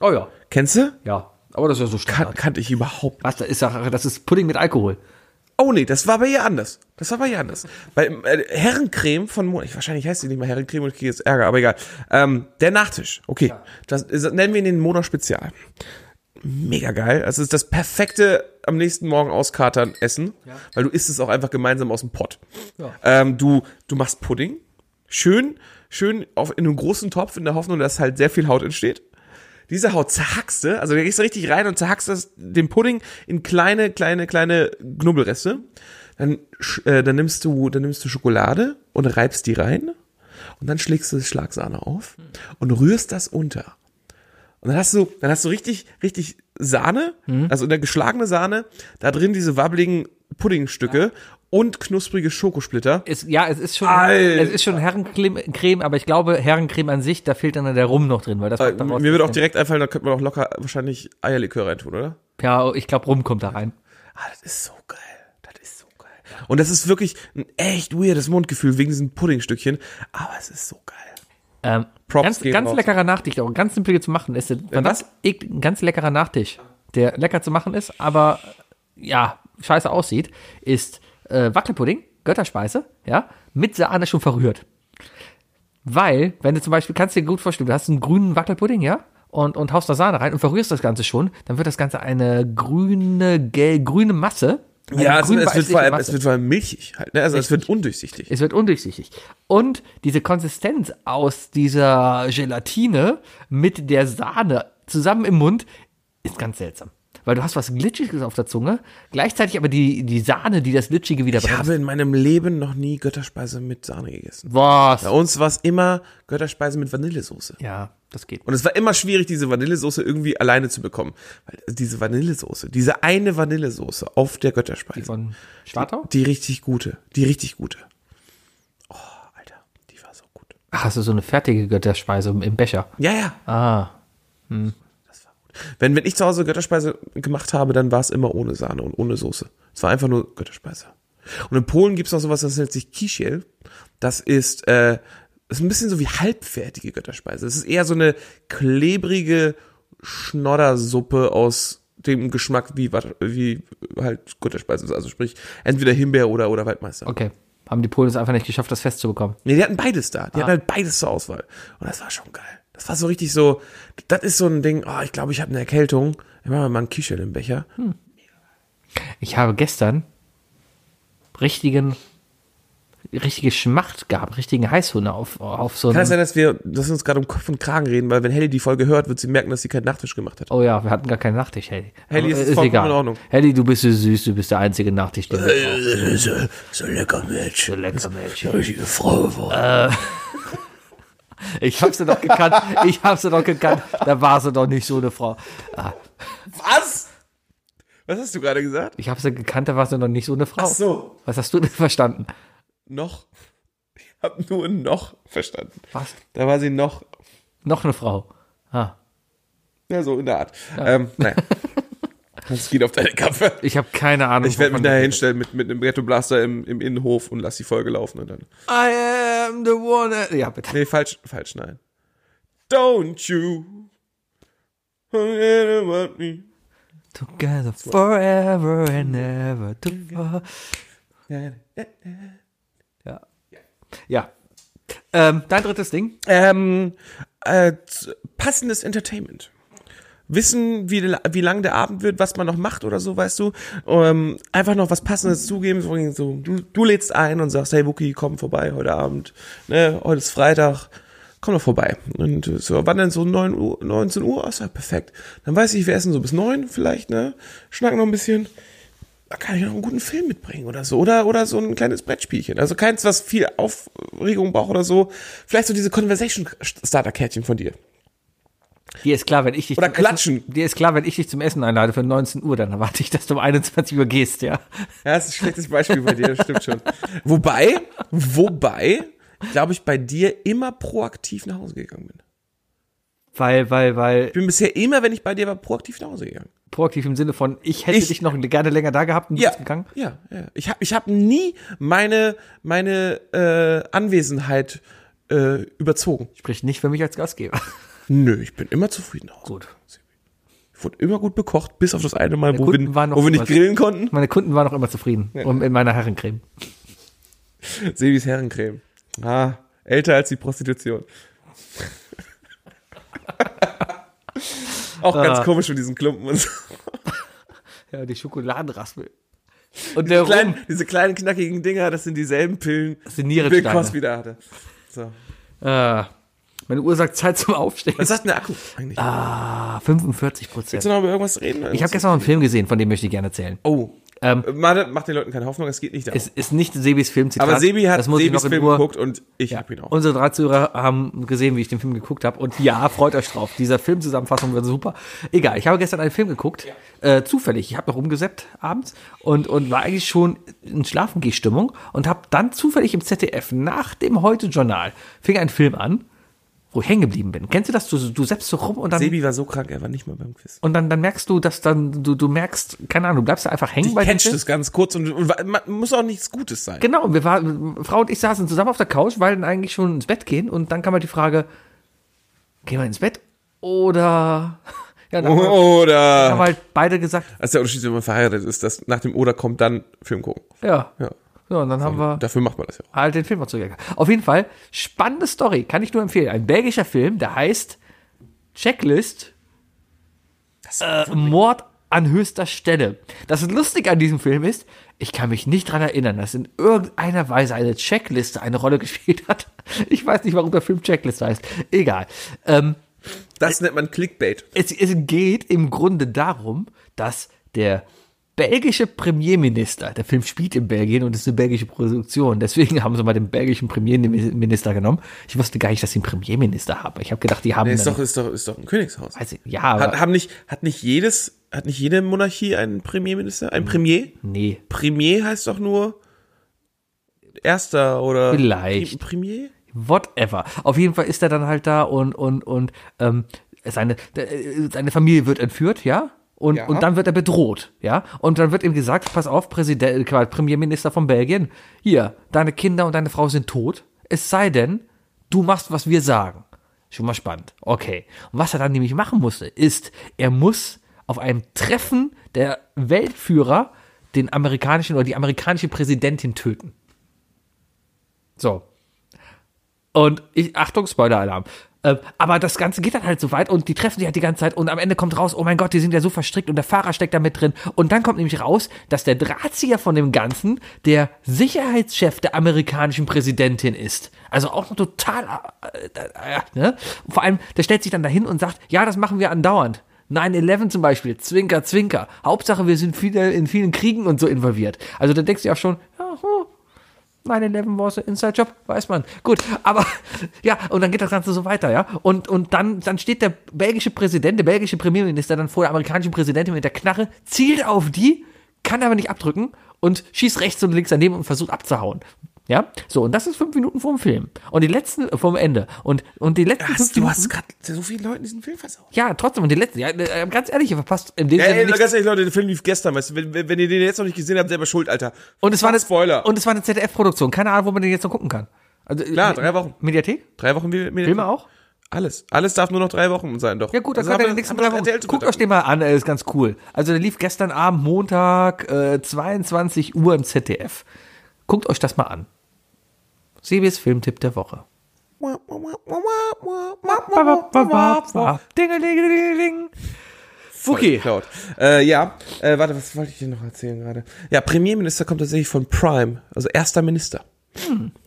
Speaker 3: Oh ja.
Speaker 4: Kennst du?
Speaker 3: Ja, aber das ist ja so
Speaker 4: Kan
Speaker 3: stark.
Speaker 4: kannte ich überhaupt
Speaker 3: Was, das ist, doch- das ist Pudding mit Alkohol.
Speaker 4: Oh nee, das war bei ihr anders. Das war bei ihr anders. Bei äh, Herrencreme von Mona, ich, wahrscheinlich heißt sie nicht mal Herrencreme und ich kriege jetzt Ärger, aber egal. Ähm, der Nachtisch, okay. Das, ist- nennen wir ihn den Mona Spezial. Mega geil. Das ist das perfekte am nächsten Morgen auskatern Essen, weil du isst es auch einfach gemeinsam aus dem Pott.
Speaker 3: Ja.
Speaker 4: Ähm, du, du machst Pudding, schön, schön auf, in einem großen Topf in der Hoffnung, dass halt sehr viel Haut entsteht diese Haut zerhackst du, also da gehst du richtig rein und zerhackst das, den Pudding in kleine, kleine, kleine Knubbelreste. Dann, sch- äh, dann nimmst du, dann nimmst du Schokolade und reibst die rein. Und dann schlägst du Schlagsahne auf und rührst das unter. Und dann hast du, dann hast du richtig, richtig Sahne,
Speaker 3: Mhm.
Speaker 4: also eine geschlagene Sahne, da drin diese wabbeligen Puddingstücke und knusprige Schokosplitter.
Speaker 3: Es, ja, es ist schon,
Speaker 4: Alter.
Speaker 3: es ist schon Herrencreme, Creme, aber ich glaube, Herrencreme an sich, da fehlt dann der Rum noch drin, weil das
Speaker 4: Äh,
Speaker 3: macht daraus-
Speaker 4: Mir würde auch direkt einfallen, da könnte man auch locker wahrscheinlich Eierlikör reintun, oder?
Speaker 3: Ja, ich glaube, Rum kommt da rein.
Speaker 4: Ah, das ist so geil. Das ist so geil. Und das ist wirklich ein echt weirdes Mundgefühl wegen diesen Puddingstückchen. Aber es ist so geil.
Speaker 3: Ähm,
Speaker 4: Props
Speaker 3: ganz
Speaker 4: gehen
Speaker 3: ganz
Speaker 4: raus.
Speaker 3: leckerer Nachtisch, auch ganz simpel zu machen ist.
Speaker 4: was?
Speaker 3: Was? Ein ganz leckerer Nachtisch, der lecker zu machen ist, aber ja, scheiße aussieht, ist äh, Wackelpudding, Götterspeise, ja, mit Sahne schon verrührt. Weil, wenn du zum Beispiel, kannst du dir gut vorstellen, du hast einen grünen Wackelpudding, ja, und, und haust da Sahne rein und verrührst das Ganze schon, dann wird das Ganze eine grüne, gel, grüne Masse. Eine
Speaker 4: Ja, es,
Speaker 3: grün
Speaker 4: es, wird
Speaker 3: weißliche
Speaker 4: vor allem,
Speaker 3: Masse.
Speaker 4: es wird vor allem milchig halt. Ne? Also es wird undurchsichtig.
Speaker 3: Es wird undurchsichtig. Und diese Konsistenz aus dieser Gelatine mit der Sahne zusammen im Mund ist ganz seltsam. Weil du hast was Glitschiges auf der Zunge, gleichzeitig aber die, die Sahne, die das Glitschige wieder
Speaker 4: Ich
Speaker 3: bremst.
Speaker 4: habe in meinem Leben noch nie Götterspeise mit Sahne gegessen.
Speaker 3: Was?
Speaker 4: Bei uns war es immer Götterspeise mit Vanillesoße.
Speaker 3: Ja, das geht.
Speaker 4: Und es war immer schwierig, diese Vanillesoße irgendwie alleine zu bekommen. Weil diese Vanillesoße, diese eine Vanillesoße auf der Götterspeise.
Speaker 3: Von Schwartau?
Speaker 4: Die richtig gute. Die richtig gute. Oh, Alter. Die war so gut.
Speaker 3: Ach, hast du so eine fertige Götterspeise im Becher?
Speaker 4: Ja, ja.
Speaker 3: Ah.
Speaker 4: Wenn, wenn ich zu Hause Götterspeise gemacht habe, dann war es immer ohne Sahne und ohne Soße. Es war einfach nur Götterspeise. Und in Polen gibt's noch sowas, das nennt sich Kisiel. Das ist, äh, ist ein bisschen so wie halbfertige Götterspeise. Es ist eher so eine klebrige Schnoddersuppe aus dem Geschmack wie, Wat- wie halt Götterspeise ist. Also sprich, entweder Himbeer oder, oder Waldmeister.
Speaker 3: Okay. Haben die Polen es einfach nicht geschafft, das festzubekommen.
Speaker 4: Nee, die hatten beides da. Die hatten halt beides zur Auswahl. Und das war schon geil. Das war so richtig so, das ist so ein Ding, oh, ich glaube, ich habe eine Erkältung. Ich mache mal einen Kischel im Becher.
Speaker 3: Ich habe gestern richtigen, richtige Schmacht gehabt, richtigen Heißhunger auf, auf so
Speaker 4: Kann es
Speaker 3: einen
Speaker 4: sein, dass wir, dass wir uns gerade um Kopf und Kragen reden, weil wenn Helly die Folge hört, wird sie merken, dass sie keinen Nachtisch gemacht hat.
Speaker 3: Oh ja, wir hatten gar keinen Nachtisch, Helly.
Speaker 4: Helly, es ist vollkommen in Ordnung.
Speaker 3: Helly, du bist so süß, du bist der einzige Nachtisch, den wir brauchen.
Speaker 2: So, so lecker Mensch.
Speaker 3: Du lecker Mensch.
Speaker 2: Richtige Frau geworden.
Speaker 4: Äh.
Speaker 3: Ich hab sie doch gekannt, ich hab sie doch gekannt, da war sie doch nicht so eine Frau. Ah,
Speaker 4: Was? Was hast du gerade gesagt?
Speaker 3: Ich hab sie gekannt, da war sie noch nicht so eine Frau.
Speaker 4: Ach so,
Speaker 3: Was hast du denn verstanden?
Speaker 4: noch. Ich habe nur noch verstanden.
Speaker 3: Was?
Speaker 4: Da war sie noch,
Speaker 3: Noch eine Frau. Ah.
Speaker 4: ja, so in der Art. Ähm, naja. Das geht auf deine Kappe.
Speaker 3: Ich habe keine Ahnung.
Speaker 4: Ich werde mich
Speaker 3: wovon
Speaker 4: nachher
Speaker 3: du-
Speaker 4: hinstellen mit, mit einem Ghetto Blaster im, im Innenhof und lass die Folge laufen und dann.
Speaker 3: I am the one. Ja, bitte.
Speaker 4: Nee, falsch, falsch, nein. Don't you forget about me.
Speaker 3: Together forever and never to far. Ja. Ja. Ähm, dein drittes Ding?
Speaker 4: Ähm, äh, z- passendes Entertainment. Wissen, wie, la- wie lang der Abend wird, was man noch macht oder so, weißt du. Ähm, einfach noch was Passendes zugeben. So, so, du, du lädst ein und sagst, hey Wookie, komm vorbei heute Abend. Ne, heute ist Freitag. komm doch vorbei. Und äh, so, wann denn so 9 Uhr, 19 Uhr? Ach, so, perfekt. Dann weiß ich, wir essen so bis 9 vielleicht, ne? Schnacken noch ein bisschen. Da kann ich noch einen guten Film mitbringen oder so. Oder, oder so ein kleines Brettspielchen. Also keins, was viel Aufregung braucht oder so. Vielleicht so diese Conversation-Starter-Kärtchen von dir.
Speaker 3: Dir ist klar, wenn ich dich
Speaker 4: Oder
Speaker 3: zum
Speaker 4: klatschen.
Speaker 3: Essen, dir ist klar, wenn ich dich zum Essen einlade für 19 Uhr, dann erwarte ich, dass du um 21 Uhr gehst, ja.
Speaker 4: Ja, das ist ein schlechtes Beispiel bei dir, das stimmt schon. Wobei, wobei, glaube ich, bei dir immer proaktiv nach Hause gegangen bin.
Speaker 3: Weil, weil, weil
Speaker 4: Ich bin bisher immer, wenn ich bei dir war, proaktiv nach Hause gegangen.
Speaker 3: proaktiv im Sinne von, ich hätte
Speaker 4: Ich-
Speaker 3: dich noch gerne länger da gehabt und du bist gegangen.
Speaker 4: ja, ja. Ich habe ich hab nie meine, meine äh, Anwesenheit äh, überzogen.
Speaker 3: Sprich nicht für mich als Gastgeber.
Speaker 4: Nö, ich bin immer zufrieden nach Hause.
Speaker 3: Gut.
Speaker 4: Ich wurde immer gut bekocht, bis auf das eine Mal, wo wir,
Speaker 3: Kunden waren noch
Speaker 4: wo wir nicht
Speaker 3: was.
Speaker 4: grillen konnten.
Speaker 3: Meine Kunden waren auch immer zufrieden. Und in meiner Herrencreme.
Speaker 4: Sebis Herrencreme. Ah, älter als die Prostitution. Auch
Speaker 3: Ah.
Speaker 4: ganz komisch mit diesen Klumpen und so.
Speaker 3: Ja, die Schokoladenraspel. Und der
Speaker 4: Klein,
Speaker 3: Rum.
Speaker 4: diese kleinen knackigen Dinger, das sind dieselben Pillen, das
Speaker 3: sind
Speaker 4: Bill
Speaker 3: Nierensteine.
Speaker 4: Cosby da hatte. So.
Speaker 3: Äh, meine Uhr sagt Zeit zum Aufstehen.
Speaker 4: Was sagt denn der Akku eigentlich? Ah,
Speaker 3: 45 Prozent.
Speaker 4: Willst du noch über irgendwas reden?
Speaker 3: Ich habe gestern noch einen Film gesehen, von dem möchte ich gerne erzählen.
Speaker 4: Oh.
Speaker 3: Ähm,
Speaker 4: Äh, Marte, mach den Leuten keine Hoffnung, es geht nicht darum.
Speaker 3: Es ist nicht Sebis Filmzitat.
Speaker 4: Aber Sebi hat
Speaker 3: das muss ich
Speaker 4: Sebis
Speaker 3: noch in
Speaker 4: Film
Speaker 3: Ruhe-
Speaker 4: geguckt und ich
Speaker 3: Ja.
Speaker 4: hab ihn auch.
Speaker 3: Unsere drei Zuhörer haben gesehen, wie ich den Film geguckt habe. Und ja, freut euch drauf. Dieser Filmzusammenfassung wird super. Egal, ich habe gestern einen Film geguckt. Äh, zufällig. Ich habe noch rumgesäppt abends und, und war eigentlich schon in Schlafengehstimmung und habe dann zufällig im ZDF nach dem Heute-Journal fing ein Film an, wo ich hängen geblieben bin. Kennst du das? Du, du säppst so rum und dann.
Speaker 4: Sebi war so krank, er war nicht mal beim Quiz.
Speaker 3: Und dann, dann merkst du, dass dann, du, du merkst, keine Ahnung, du bleibst da einfach hängen bei
Speaker 4: Ich
Speaker 3: dem
Speaker 4: catch
Speaker 3: Film.
Speaker 4: das ganz kurz und, und wa- man, muss auch nichts Gutes sein.
Speaker 3: Genau, wir waren, Frau und ich saßen zusammen auf der Couch, wollten eigentlich schon ins Bett gehen und dann kam halt die Frage, gehen wir ins Bett oder... Ja,
Speaker 4: Oh,
Speaker 3: dann haben wir- haben
Speaker 4: Oder.
Speaker 3: wir halt beide gesagt,
Speaker 4: Also der Unterschied, wenn man verheiratet ist, dass nach dem Oder kommt dann Film gucken.
Speaker 3: ja.
Speaker 4: Ja.
Speaker 3: So, und dann haben wir
Speaker 4: Dafür macht man das ja auch.
Speaker 3: halt den Film noch zugegangen. Auf jeden Fall, spannende Story, kann ich nur empfehlen. Ein belgischer Film, der heißt Checklist äh, Mord an höchster Stelle. Das lustig an diesem Film ist, ich kann mich nicht dran erinnern, dass in irgendeiner Weise eine Checkliste eine Rolle gespielt hat. Ich weiß nicht, warum der Film Checklist heißt. Egal. Ähm,
Speaker 4: Das nennt man Clickbait.
Speaker 3: es, es geht im Grunde darum, dass der belgische Premierminister, der Film spielt in Belgien und ist eine belgische Produktion, deswegen haben sie mal den belgischen Premierminister genommen. Ich wusste gar nicht, dass sie einen Premierminister haben. Ich habe gedacht, die haben
Speaker 4: Nee, ist
Speaker 3: dann-
Speaker 4: doch, ist doch, ist doch ein Königshaus.
Speaker 3: weiß ich, ja, aber
Speaker 4: Hat, haben nicht, hat nicht jedes, hat nicht jede Monarchie einen Premierminister? Ein Premier?
Speaker 3: nee,
Speaker 4: Premier heißt doch nur Erster oder
Speaker 3: Vielleicht.
Speaker 4: Premier?
Speaker 3: whatever. Auf jeden Fall ist er dann halt da und und und ähm, seine der, äh, seine Familie wird entführt, ja. Und,
Speaker 4: Ja.
Speaker 3: und dann wird er bedroht, ja. Und dann wird ihm gesagt, pass auf, Präsident, äh, Quatsch, Premierminister von Belgien, hier, deine Kinder und deine Frau sind tot, es sei denn, du machst, was wir sagen. Schon mal spannend. Okay. Und was er dann nämlich machen musste, ist, er muss auf einem Treffen der Weltführer den amerikanischen oder die amerikanische Präsidentin töten. So. Und ich, Achtung, Spoiler-Alarm. Ähm, aber das Ganze geht dann halt so weit und die treffen sich halt die ganze Zeit und am Ende kommt raus, oh mein Gott, die sind ja so verstrickt und der Fahrer steckt da mit drin. Und dann kommt nämlich raus, dass der Drahtzieher von dem Ganzen der Sicherheitschef der amerikanischen Präsidentin ist. Also auch noch total, äh, äh, äh, ne? Vor allem, der stellt sich dann dahin und sagt, ja, das machen wir andauernd. 9-11 zum Beispiel, Zwinker, Zwinker. Hauptsache, wir sind viele, in vielen Kriegen und so involviert. Also da denkst du ja auch schon, ja, hm, 9-11 war so Inside-Job, weiß man. Gut, aber ja, und dann geht das Ganze so weiter, ja. Und, und dann, dann steht der belgische Präsident, der belgische Premierminister dann vor der amerikanischen Präsidentin mit der Knarre, zielt auf die, kann aber nicht abdrücken und schießt rechts und links daneben und versucht abzuhauen. Ja, so, und das ist fünf Minuten vorm Film. Und die letzten, äh, vom Ende. Und, und die letzten. fünf
Speaker 4: Hast, du
Speaker 3: Minuten-
Speaker 4: hast gerade so vielen Leuten diesen Film versaut.
Speaker 3: Ja, trotzdem, und die letzten. Ja, äh, ganz ehrlich, ihr verpasst in dem
Speaker 4: Ja,
Speaker 3: Sinne
Speaker 4: ey,
Speaker 3: nichts.
Speaker 4: ganz ehrlich, Leute, der Film lief gestern, weißt du, wenn, wenn wenn ihr den jetzt noch nicht gesehen habt, selber schuld, Alter.
Speaker 3: Und es war eine,
Speaker 4: Spoiler.
Speaker 3: Und es war eine ZDF-Produktion. Keine Ahnung, wo man den jetzt noch gucken kann. Also,
Speaker 4: Klar, drei Wochen.
Speaker 3: Mediathek?
Speaker 4: drei Wochen wie wie-
Speaker 3: Filme auch?
Speaker 4: Alles. Alles darf nur noch drei Wochen sein, doch.
Speaker 3: Ja gut, dann
Speaker 4: Also
Speaker 3: könnt ihr
Speaker 4: haben
Speaker 3: den
Speaker 4: wir-
Speaker 3: nächsten
Speaker 4: haben wir
Speaker 3: Mal
Speaker 4: RTL zu
Speaker 3: Guckt
Speaker 4: gucken.
Speaker 3: euch den mal an, er ist ganz cool. Also der lief gestern Abend, Montag, äh, 22 Uhr im ZDF. Guckt euch das mal an. Sebis Filmtipp der Woche. Dingelingelingeling. Okay.
Speaker 4: Cloud. Äh, ja, äh, warte, was wollte ich dir noch erzählen gerade? Ja, Premierminister kommt tatsächlich
Speaker 3: Hm.
Speaker 4: von Prime, also erster Minister.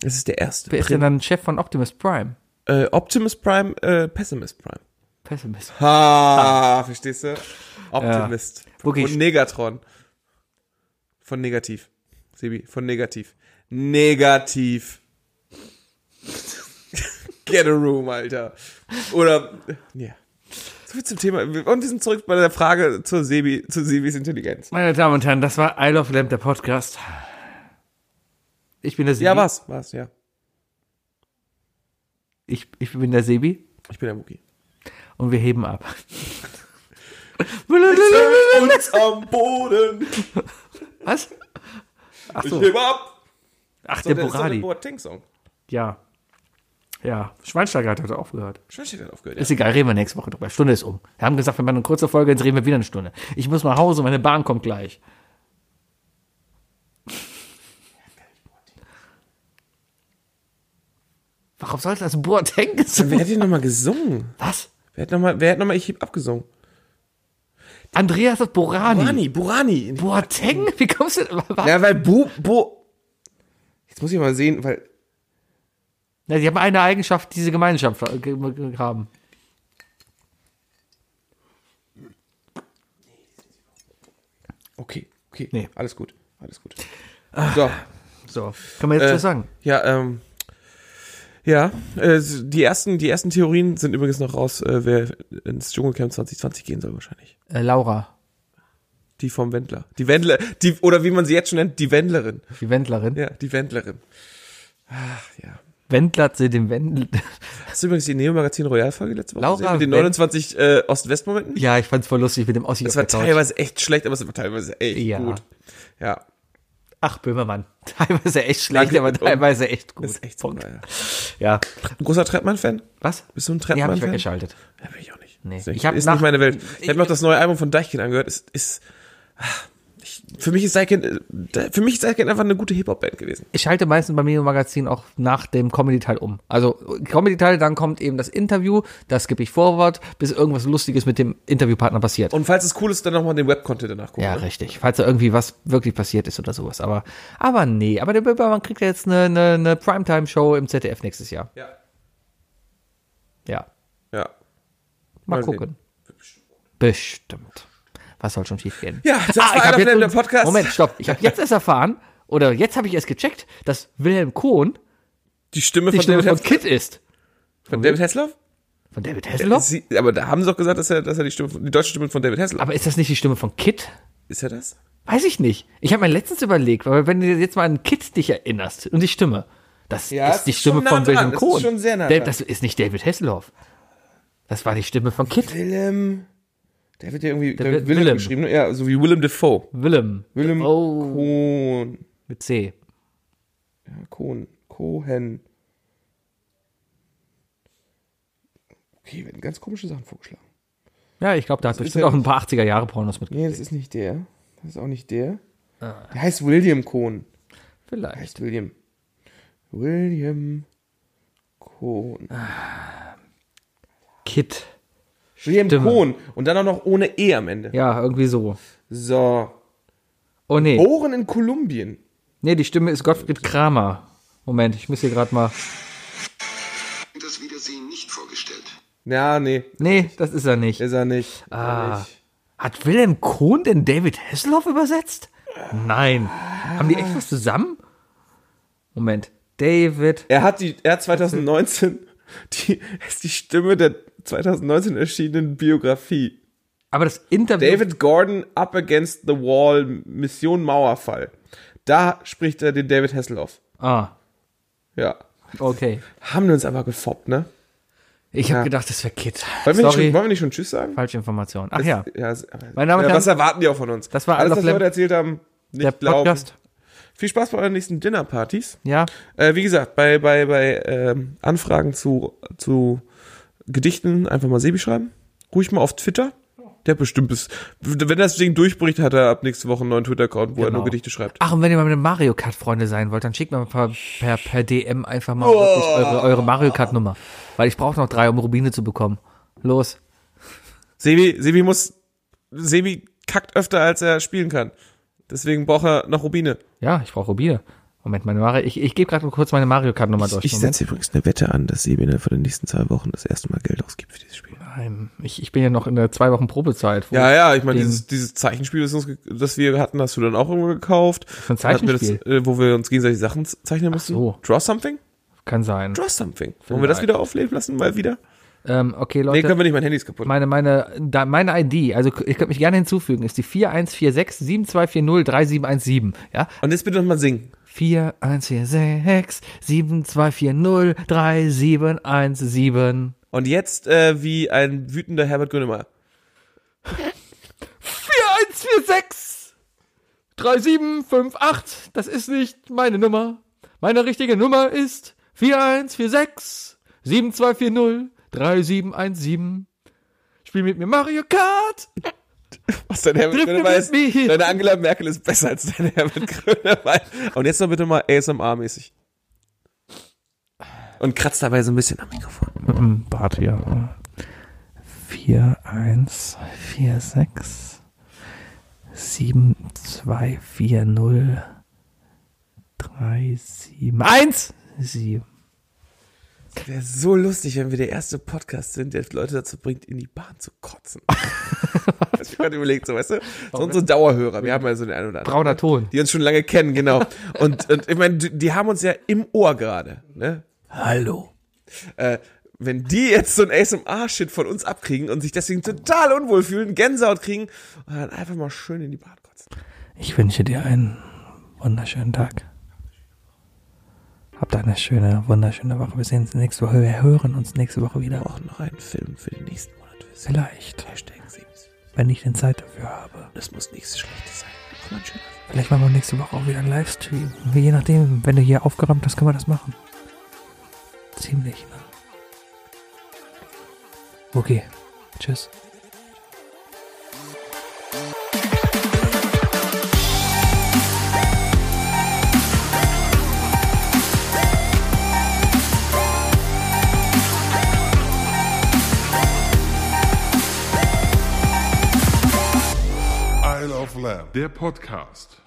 Speaker 4: Es ist der erste.
Speaker 3: Wer ist denn dann Chef von Optimus Prime?
Speaker 4: äh, Optimus Prime, äh, Pessimist Prime.
Speaker 3: Pessimist.
Speaker 4: Ha, verstehst du? Optimist.
Speaker 3: Wirklich.
Speaker 4: Und Negatron. Von negativ. Sebi, von negativ. Negativ. Get a room, Alter. Oder, ja. So viel zum Thema. Und wir sind zurück bei der Frage zur Sebi, zu Sebis Intelligenz.
Speaker 3: Meine Damen und Herren, das war I Love Lamp, der Podcast. Ich bin der Sebi.
Speaker 4: Ja, was? Was, ja.
Speaker 3: Ich, ich bin der Sebi
Speaker 4: Ich bin der Muki.
Speaker 3: und wir heben ab.
Speaker 4: Uns am Boden.
Speaker 3: Was? Ach
Speaker 4: Ich
Speaker 3: so.
Speaker 4: hebe ab.
Speaker 3: Ach,
Speaker 4: So,
Speaker 3: der
Speaker 4: ist doch der
Speaker 3: Borali.
Speaker 4: Boateng-Song.
Speaker 3: Ja. Ja. Schweinsteiger hat heute aufgehört.
Speaker 4: Schön, hat aufgehört.
Speaker 3: Ist egal, reden wir nächste Woche drüber. Stunde ist um. Wir haben gesagt, wir machen eine kurze Folge, jetzt reden wir wieder eine Stunde. Ich muss nach Hause, meine Bahn kommt gleich. Warum sollte das Boateng gesungen?
Speaker 4: Wer hat denn nochmal gesungen?
Speaker 3: Was?
Speaker 4: Wer hat nochmal, wer hat nochmal Ich heb abgesungen?
Speaker 3: Andreas hat Borani.
Speaker 4: Burani, Burani.
Speaker 3: Boateng? Wie kommst du denn? Was?
Speaker 4: Hm. Ja, weil Bu, Bo. Jetzt muss ich mal sehen, weil.
Speaker 3: Na, die haben eine Eigenschaft, die sie Gemeinschaft äh, ge- ge- haben.
Speaker 4: Okay, okay.
Speaker 3: Nee. Ah.
Speaker 4: Alles gut. Alles gut. So.
Speaker 3: So, kann man jetzt
Speaker 4: Äh,
Speaker 3: was sagen.
Speaker 4: Ja, ähm. Ja, äh, die ersten, die ersten Theorien sind übrigens noch raus, äh, wer ins Dschungelcamp 2020 gehen soll wahrscheinlich.
Speaker 3: Äh, Laura,
Speaker 4: Die vom Wendler. Die Wendler, die, oder wie man sie jetzt schon nennt, die Wendlerin.
Speaker 3: die Wendlerin.
Speaker 4: Ja, die Wendlerin. Ach, ja.
Speaker 3: Wendlert sie dem Wendel.
Speaker 4: Hast du übrigens die Neo-Magazin Royal-Folge letzte Woche
Speaker 3: Laura
Speaker 4: gesehen? Mit den
Speaker 3: Wend-
Speaker 4: 29 äh, Ost-West-Momenten?
Speaker 3: Ja, ich fand's voll lustig mit dem Ossi.
Speaker 4: Es war teilweise echt schlecht, aber es war teilweise echt
Speaker 3: Ja.
Speaker 4: gut. Ja.
Speaker 3: Ach, Böhmermann. Teilweise echt schlecht,
Speaker 4: Danke.
Speaker 3: aber teilweise echt gut.
Speaker 4: Das ist echt super.
Speaker 3: Ja.
Speaker 4: Ja. Großer Treppmann-Fan?
Speaker 3: Was?
Speaker 4: Bist du ein
Speaker 3: Nee, hab ich
Speaker 4: Treppmann-Fan?
Speaker 3: weggeschaltet.
Speaker 4: Ja, bin ich auch nicht.
Speaker 3: Nee.
Speaker 4: Ist, nicht,
Speaker 3: Ich hab
Speaker 4: ist
Speaker 3: nach-
Speaker 4: nicht meine Welt.
Speaker 3: ich-
Speaker 4: Ich habe noch das neue Album von Deichkind angehört. Es ist. ah, Ich, für mich ist Deichkind, äh, da- für mich ist Deichkind einfach eine gute Hip-Hop-Band gewesen.
Speaker 3: Ich schalte meistens bei mir im Magazin auch nach dem Comedy-Teil um. Also Comedy-Teil, dann kommt eben das Interview, das skippe ich vorwärts, bis irgendwas Lustiges mit dem Interviewpartner passiert.
Speaker 4: Und falls es cool ist, dann nochmal den Web-Content danach gucken.
Speaker 3: ja,
Speaker 4: ne?
Speaker 3: richtig. Falls da irgendwie was wirklich passiert ist oder sowas. Aber, aber nee, aber der Böhmermann kriegt ja jetzt eine, eine, eine Primetime-Show im ZDF nächstes Jahr.
Speaker 4: ja.
Speaker 3: Ja.
Speaker 4: Ja.
Speaker 3: Mal,
Speaker 4: Mal sehen.
Speaker 3: gucken. Bestimmt. Was soll schon schief gehen? Ah,
Speaker 4: Ja, das war
Speaker 3: ich
Speaker 4: einer
Speaker 3: hab
Speaker 4: von
Speaker 3: jetzt-
Speaker 4: der Podcast.
Speaker 3: Moment, stopp. Ich habe jetzt erst erfahren, oder jetzt habe ich erst gecheckt, dass Wilhelm Kohn
Speaker 4: Die Stimme
Speaker 3: die
Speaker 4: von,
Speaker 3: Stimme von
Speaker 4: David, Hes-
Speaker 3: Kid ist.
Speaker 4: von David Hasselhoff?
Speaker 3: Von David Hasselhoff?
Speaker 4: Äh, Sie, aber da haben sie doch gesagt, dass er, dass er die, Stimme, von- die deutsche Stimme von David Hasselhoff
Speaker 3: Aber ist das nicht die Stimme von Kid?
Speaker 4: ist. er das?
Speaker 3: Weiß ich nicht. Ich habe mir letztens überlegt, weil wenn du jetzt mal an Kid dich erinnerst und die Stimme, das
Speaker 4: Ja,
Speaker 3: ist
Speaker 4: es
Speaker 3: die
Speaker 4: ist
Speaker 3: Stimme
Speaker 4: schon nah
Speaker 3: von
Speaker 4: dran,
Speaker 3: Wilhelm
Speaker 4: es ist
Speaker 3: Kohn.
Speaker 4: schon sehr nah
Speaker 3: Da-
Speaker 4: dran.
Speaker 3: Das ist nicht David Hasselhoff. Das war die Stimme von Kid.
Speaker 4: Willem. Der wird ja irgendwie der
Speaker 3: wird
Speaker 4: Willem,
Speaker 3: Willem.
Speaker 4: geschrieben. ne? Ja, so wie Willem Dafoe.
Speaker 3: Willem.
Speaker 4: Willem
Speaker 3: Oh,
Speaker 4: Kohn.
Speaker 3: mit C.
Speaker 4: Ja, Kohn. Cohen. Okay, werden ganz komische Sachen vorgeschlagen.
Speaker 3: Ja, ich glaube, da hat bestimmt
Speaker 4: ja
Speaker 3: auch ein paar 80er-Jahre-Pornos mit.
Speaker 4: Nee, das ist nicht der. Das ist auch nicht der.
Speaker 3: Ah.
Speaker 4: Der heißt William Kohn. Der
Speaker 3: Vielleicht.
Speaker 4: heißt William. William Kohn.
Speaker 3: Ah, Kid.
Speaker 4: William
Speaker 3: Stimme.
Speaker 4: Kohn. Und dann auch noch ohne E am Ende.
Speaker 3: Ja, irgendwie so.
Speaker 4: So.
Speaker 3: Oh nee.
Speaker 4: Ohren in Kolumbien.
Speaker 3: Nee, die Stimme ist Gottfried Kramer. Moment, ich muss hier gerade mal.
Speaker 5: das Wiedersehen nicht vorgestellt.
Speaker 4: Ja, nee.
Speaker 3: Nee, das ist er nicht.
Speaker 4: Ist er nicht. Ist er
Speaker 3: Ah.
Speaker 4: nicht.
Speaker 3: Hat Wilhelm Kohn denn David Hasselhoff übersetzt? Nein. Haben die echt was zusammen? Moment. David.
Speaker 4: Er hat die, er hat 2019, die, ist die Stimme der 2019 erschienenen Biografie.
Speaker 3: Aber das Interview.
Speaker 4: David Gordon Up Against the Wall, Mission Mauerfall. Da spricht er den David Hasselhoff.
Speaker 3: Ah,
Speaker 4: Ja.
Speaker 3: okay.
Speaker 4: Haben wir uns aber gefoppt, ne?
Speaker 3: Ich habe
Speaker 4: Ja.
Speaker 3: gedacht, das wäre Kid.
Speaker 4: Wollen wir, nicht schon,
Speaker 3: Sorry.
Speaker 4: wollen wir nicht schon Tschüss sagen?
Speaker 3: Falsche Information. Ach ja.
Speaker 4: ja s- aber-
Speaker 3: Meine Damen und
Speaker 4: ja, was
Speaker 3: Herren,
Speaker 4: erwarten die auch von uns?
Speaker 3: das war All
Speaker 4: alles,
Speaker 3: of
Speaker 4: was wir
Speaker 3: Lamp.
Speaker 4: heute erzählt haben. Nicht
Speaker 3: Der
Speaker 4: glauben.
Speaker 3: Podcast.
Speaker 4: Viel Spaß bei euren nächsten Dinnerpartys.
Speaker 3: Ja.
Speaker 4: Äh, wie gesagt, bei, bei, bei ähm, Anfragen zu, zu Gedichten einfach mal Sebi schreiben. Ruhig mal auf Twitter. Der hat bestimmt ist. Wenn das Ding durchbricht, hat er ab nächste Woche einen neuen Twitter-Account, wo er
Speaker 3: Genau.
Speaker 4: nur Gedichte schreibt.
Speaker 3: Ach, und wenn ihr mal mit Mario Kart Freunde sein wollt, dann schickt mir mal per, per, per DM einfach mal wirklich eure, eure Mario Kart Nummer. Weil ich brauche noch drei, um Rubine zu bekommen. Los.
Speaker 4: Sebi, Sebi muss. Sebi kackt öfter, als er spielen kann. Deswegen braucht er noch Rubine.
Speaker 3: Ja, ich brauche Rubine. Moment, meine Mario, ich, ich gebe gerade mal kurz meine Mario Kart nochmal durch.
Speaker 4: Ich
Speaker 3: Moment.
Speaker 4: setze übrigens eine Wette an, dass Sebi innerhalb der nächsten zwei Wochen das erste Mal Geld ausgibt für dieses Spiel.
Speaker 3: Nein, ich, ich bin ja noch in der zwei Wochen Probezeit. wo
Speaker 4: Ja, ja, ich meine,
Speaker 3: den-
Speaker 4: dieses, dieses Zeichenspiel, das, uns, ge- das wir hatten, hast du dann auch irgendwo gekauft.
Speaker 3: ein
Speaker 4: Hatten wir das,
Speaker 3: Zeichenspiel?
Speaker 4: äh, wo wir uns gegenseitig Sachen z- zeichnen mussten.
Speaker 3: so.
Speaker 4: Draw something?
Speaker 3: Kann sein.
Speaker 4: Draw something. Wollen wir das wieder aufleben lassen? Mal wieder?
Speaker 3: Ähm, okay,
Speaker 4: Nee,
Speaker 3: Leute.
Speaker 4: können wir nicht, mein Handy ist kaputt.
Speaker 3: meine, meine, da, meine ID, also ihr könnt mich gerne hinzufügen, ist die 4146 7240 3717. Ja?
Speaker 4: Und jetzt bitte nochmal singen.
Speaker 3: 4146 7240 3717.
Speaker 4: Und jetzt äh, wie ein wütender Herbert Grönemeyer.
Speaker 3: 4146 3758. Das ist nicht meine Nummer. Meine richtige Nummer ist 4146 7240 3717. Spiel mit mir Mario Kart.
Speaker 4: Was dein Herbert
Speaker 3: Drift
Speaker 4: Grönemeyer ist?
Speaker 3: with me.
Speaker 4: Deine Angela Merkel ist besser als dein Herbert Grönemeyer. Und jetzt noch bitte mal ASMR-mäßig. Und kratzt dabei so ein bisschen am Mikrofon.
Speaker 3: Bart hier. 4, 1, 4, 6, 7, 2, 4, 0, 3, 7, 1, 7.
Speaker 4: Wäre so lustig, wenn wir der erste Podcast sind, der Leute dazu bringt, in die Bahn zu kotzen. Hab ich gerade überlegt, so weißt du? So unsere Dauerhörer, wir haben ja so den einen oder anderen.
Speaker 3: Brauner Ton.
Speaker 4: Die uns schon lange kennen, genau. Und, und ich meine, die, die haben uns ja im Ohr gerade, ne?
Speaker 2: Hallo.
Speaker 4: Äh, wenn die jetzt so ein ASMR-Shit von uns abkriegen und sich deswegen total unwohl fühlen, Gänsehaut kriegen und dann einfach mal schön in die Bahn kotzen.
Speaker 3: Ich wünsche dir einen wunderschönen Tag. Habt eine schöne, wunderschöne Woche. Wir sehen uns nächste Woche. Wir hören uns nächste Woche wieder.
Speaker 4: Auch noch einen Film für den nächsten Monat. für Sie.
Speaker 3: Vielleicht,
Speaker 4: Hashtag Sebis.
Speaker 3: wenn ich denn Zeit dafür habe.
Speaker 4: Das muss nichts Schlechtes sein. Auch mal ein schöner Film.
Speaker 3: Vielleicht machen wir nächste Woche auch wieder einen Livestream. Je nachdem, wenn du hier aufgeräumt hast, können wir das machen. Ziemlich, ne? Okay, tschüss.
Speaker 6: Isle of Lamb, der Podcast.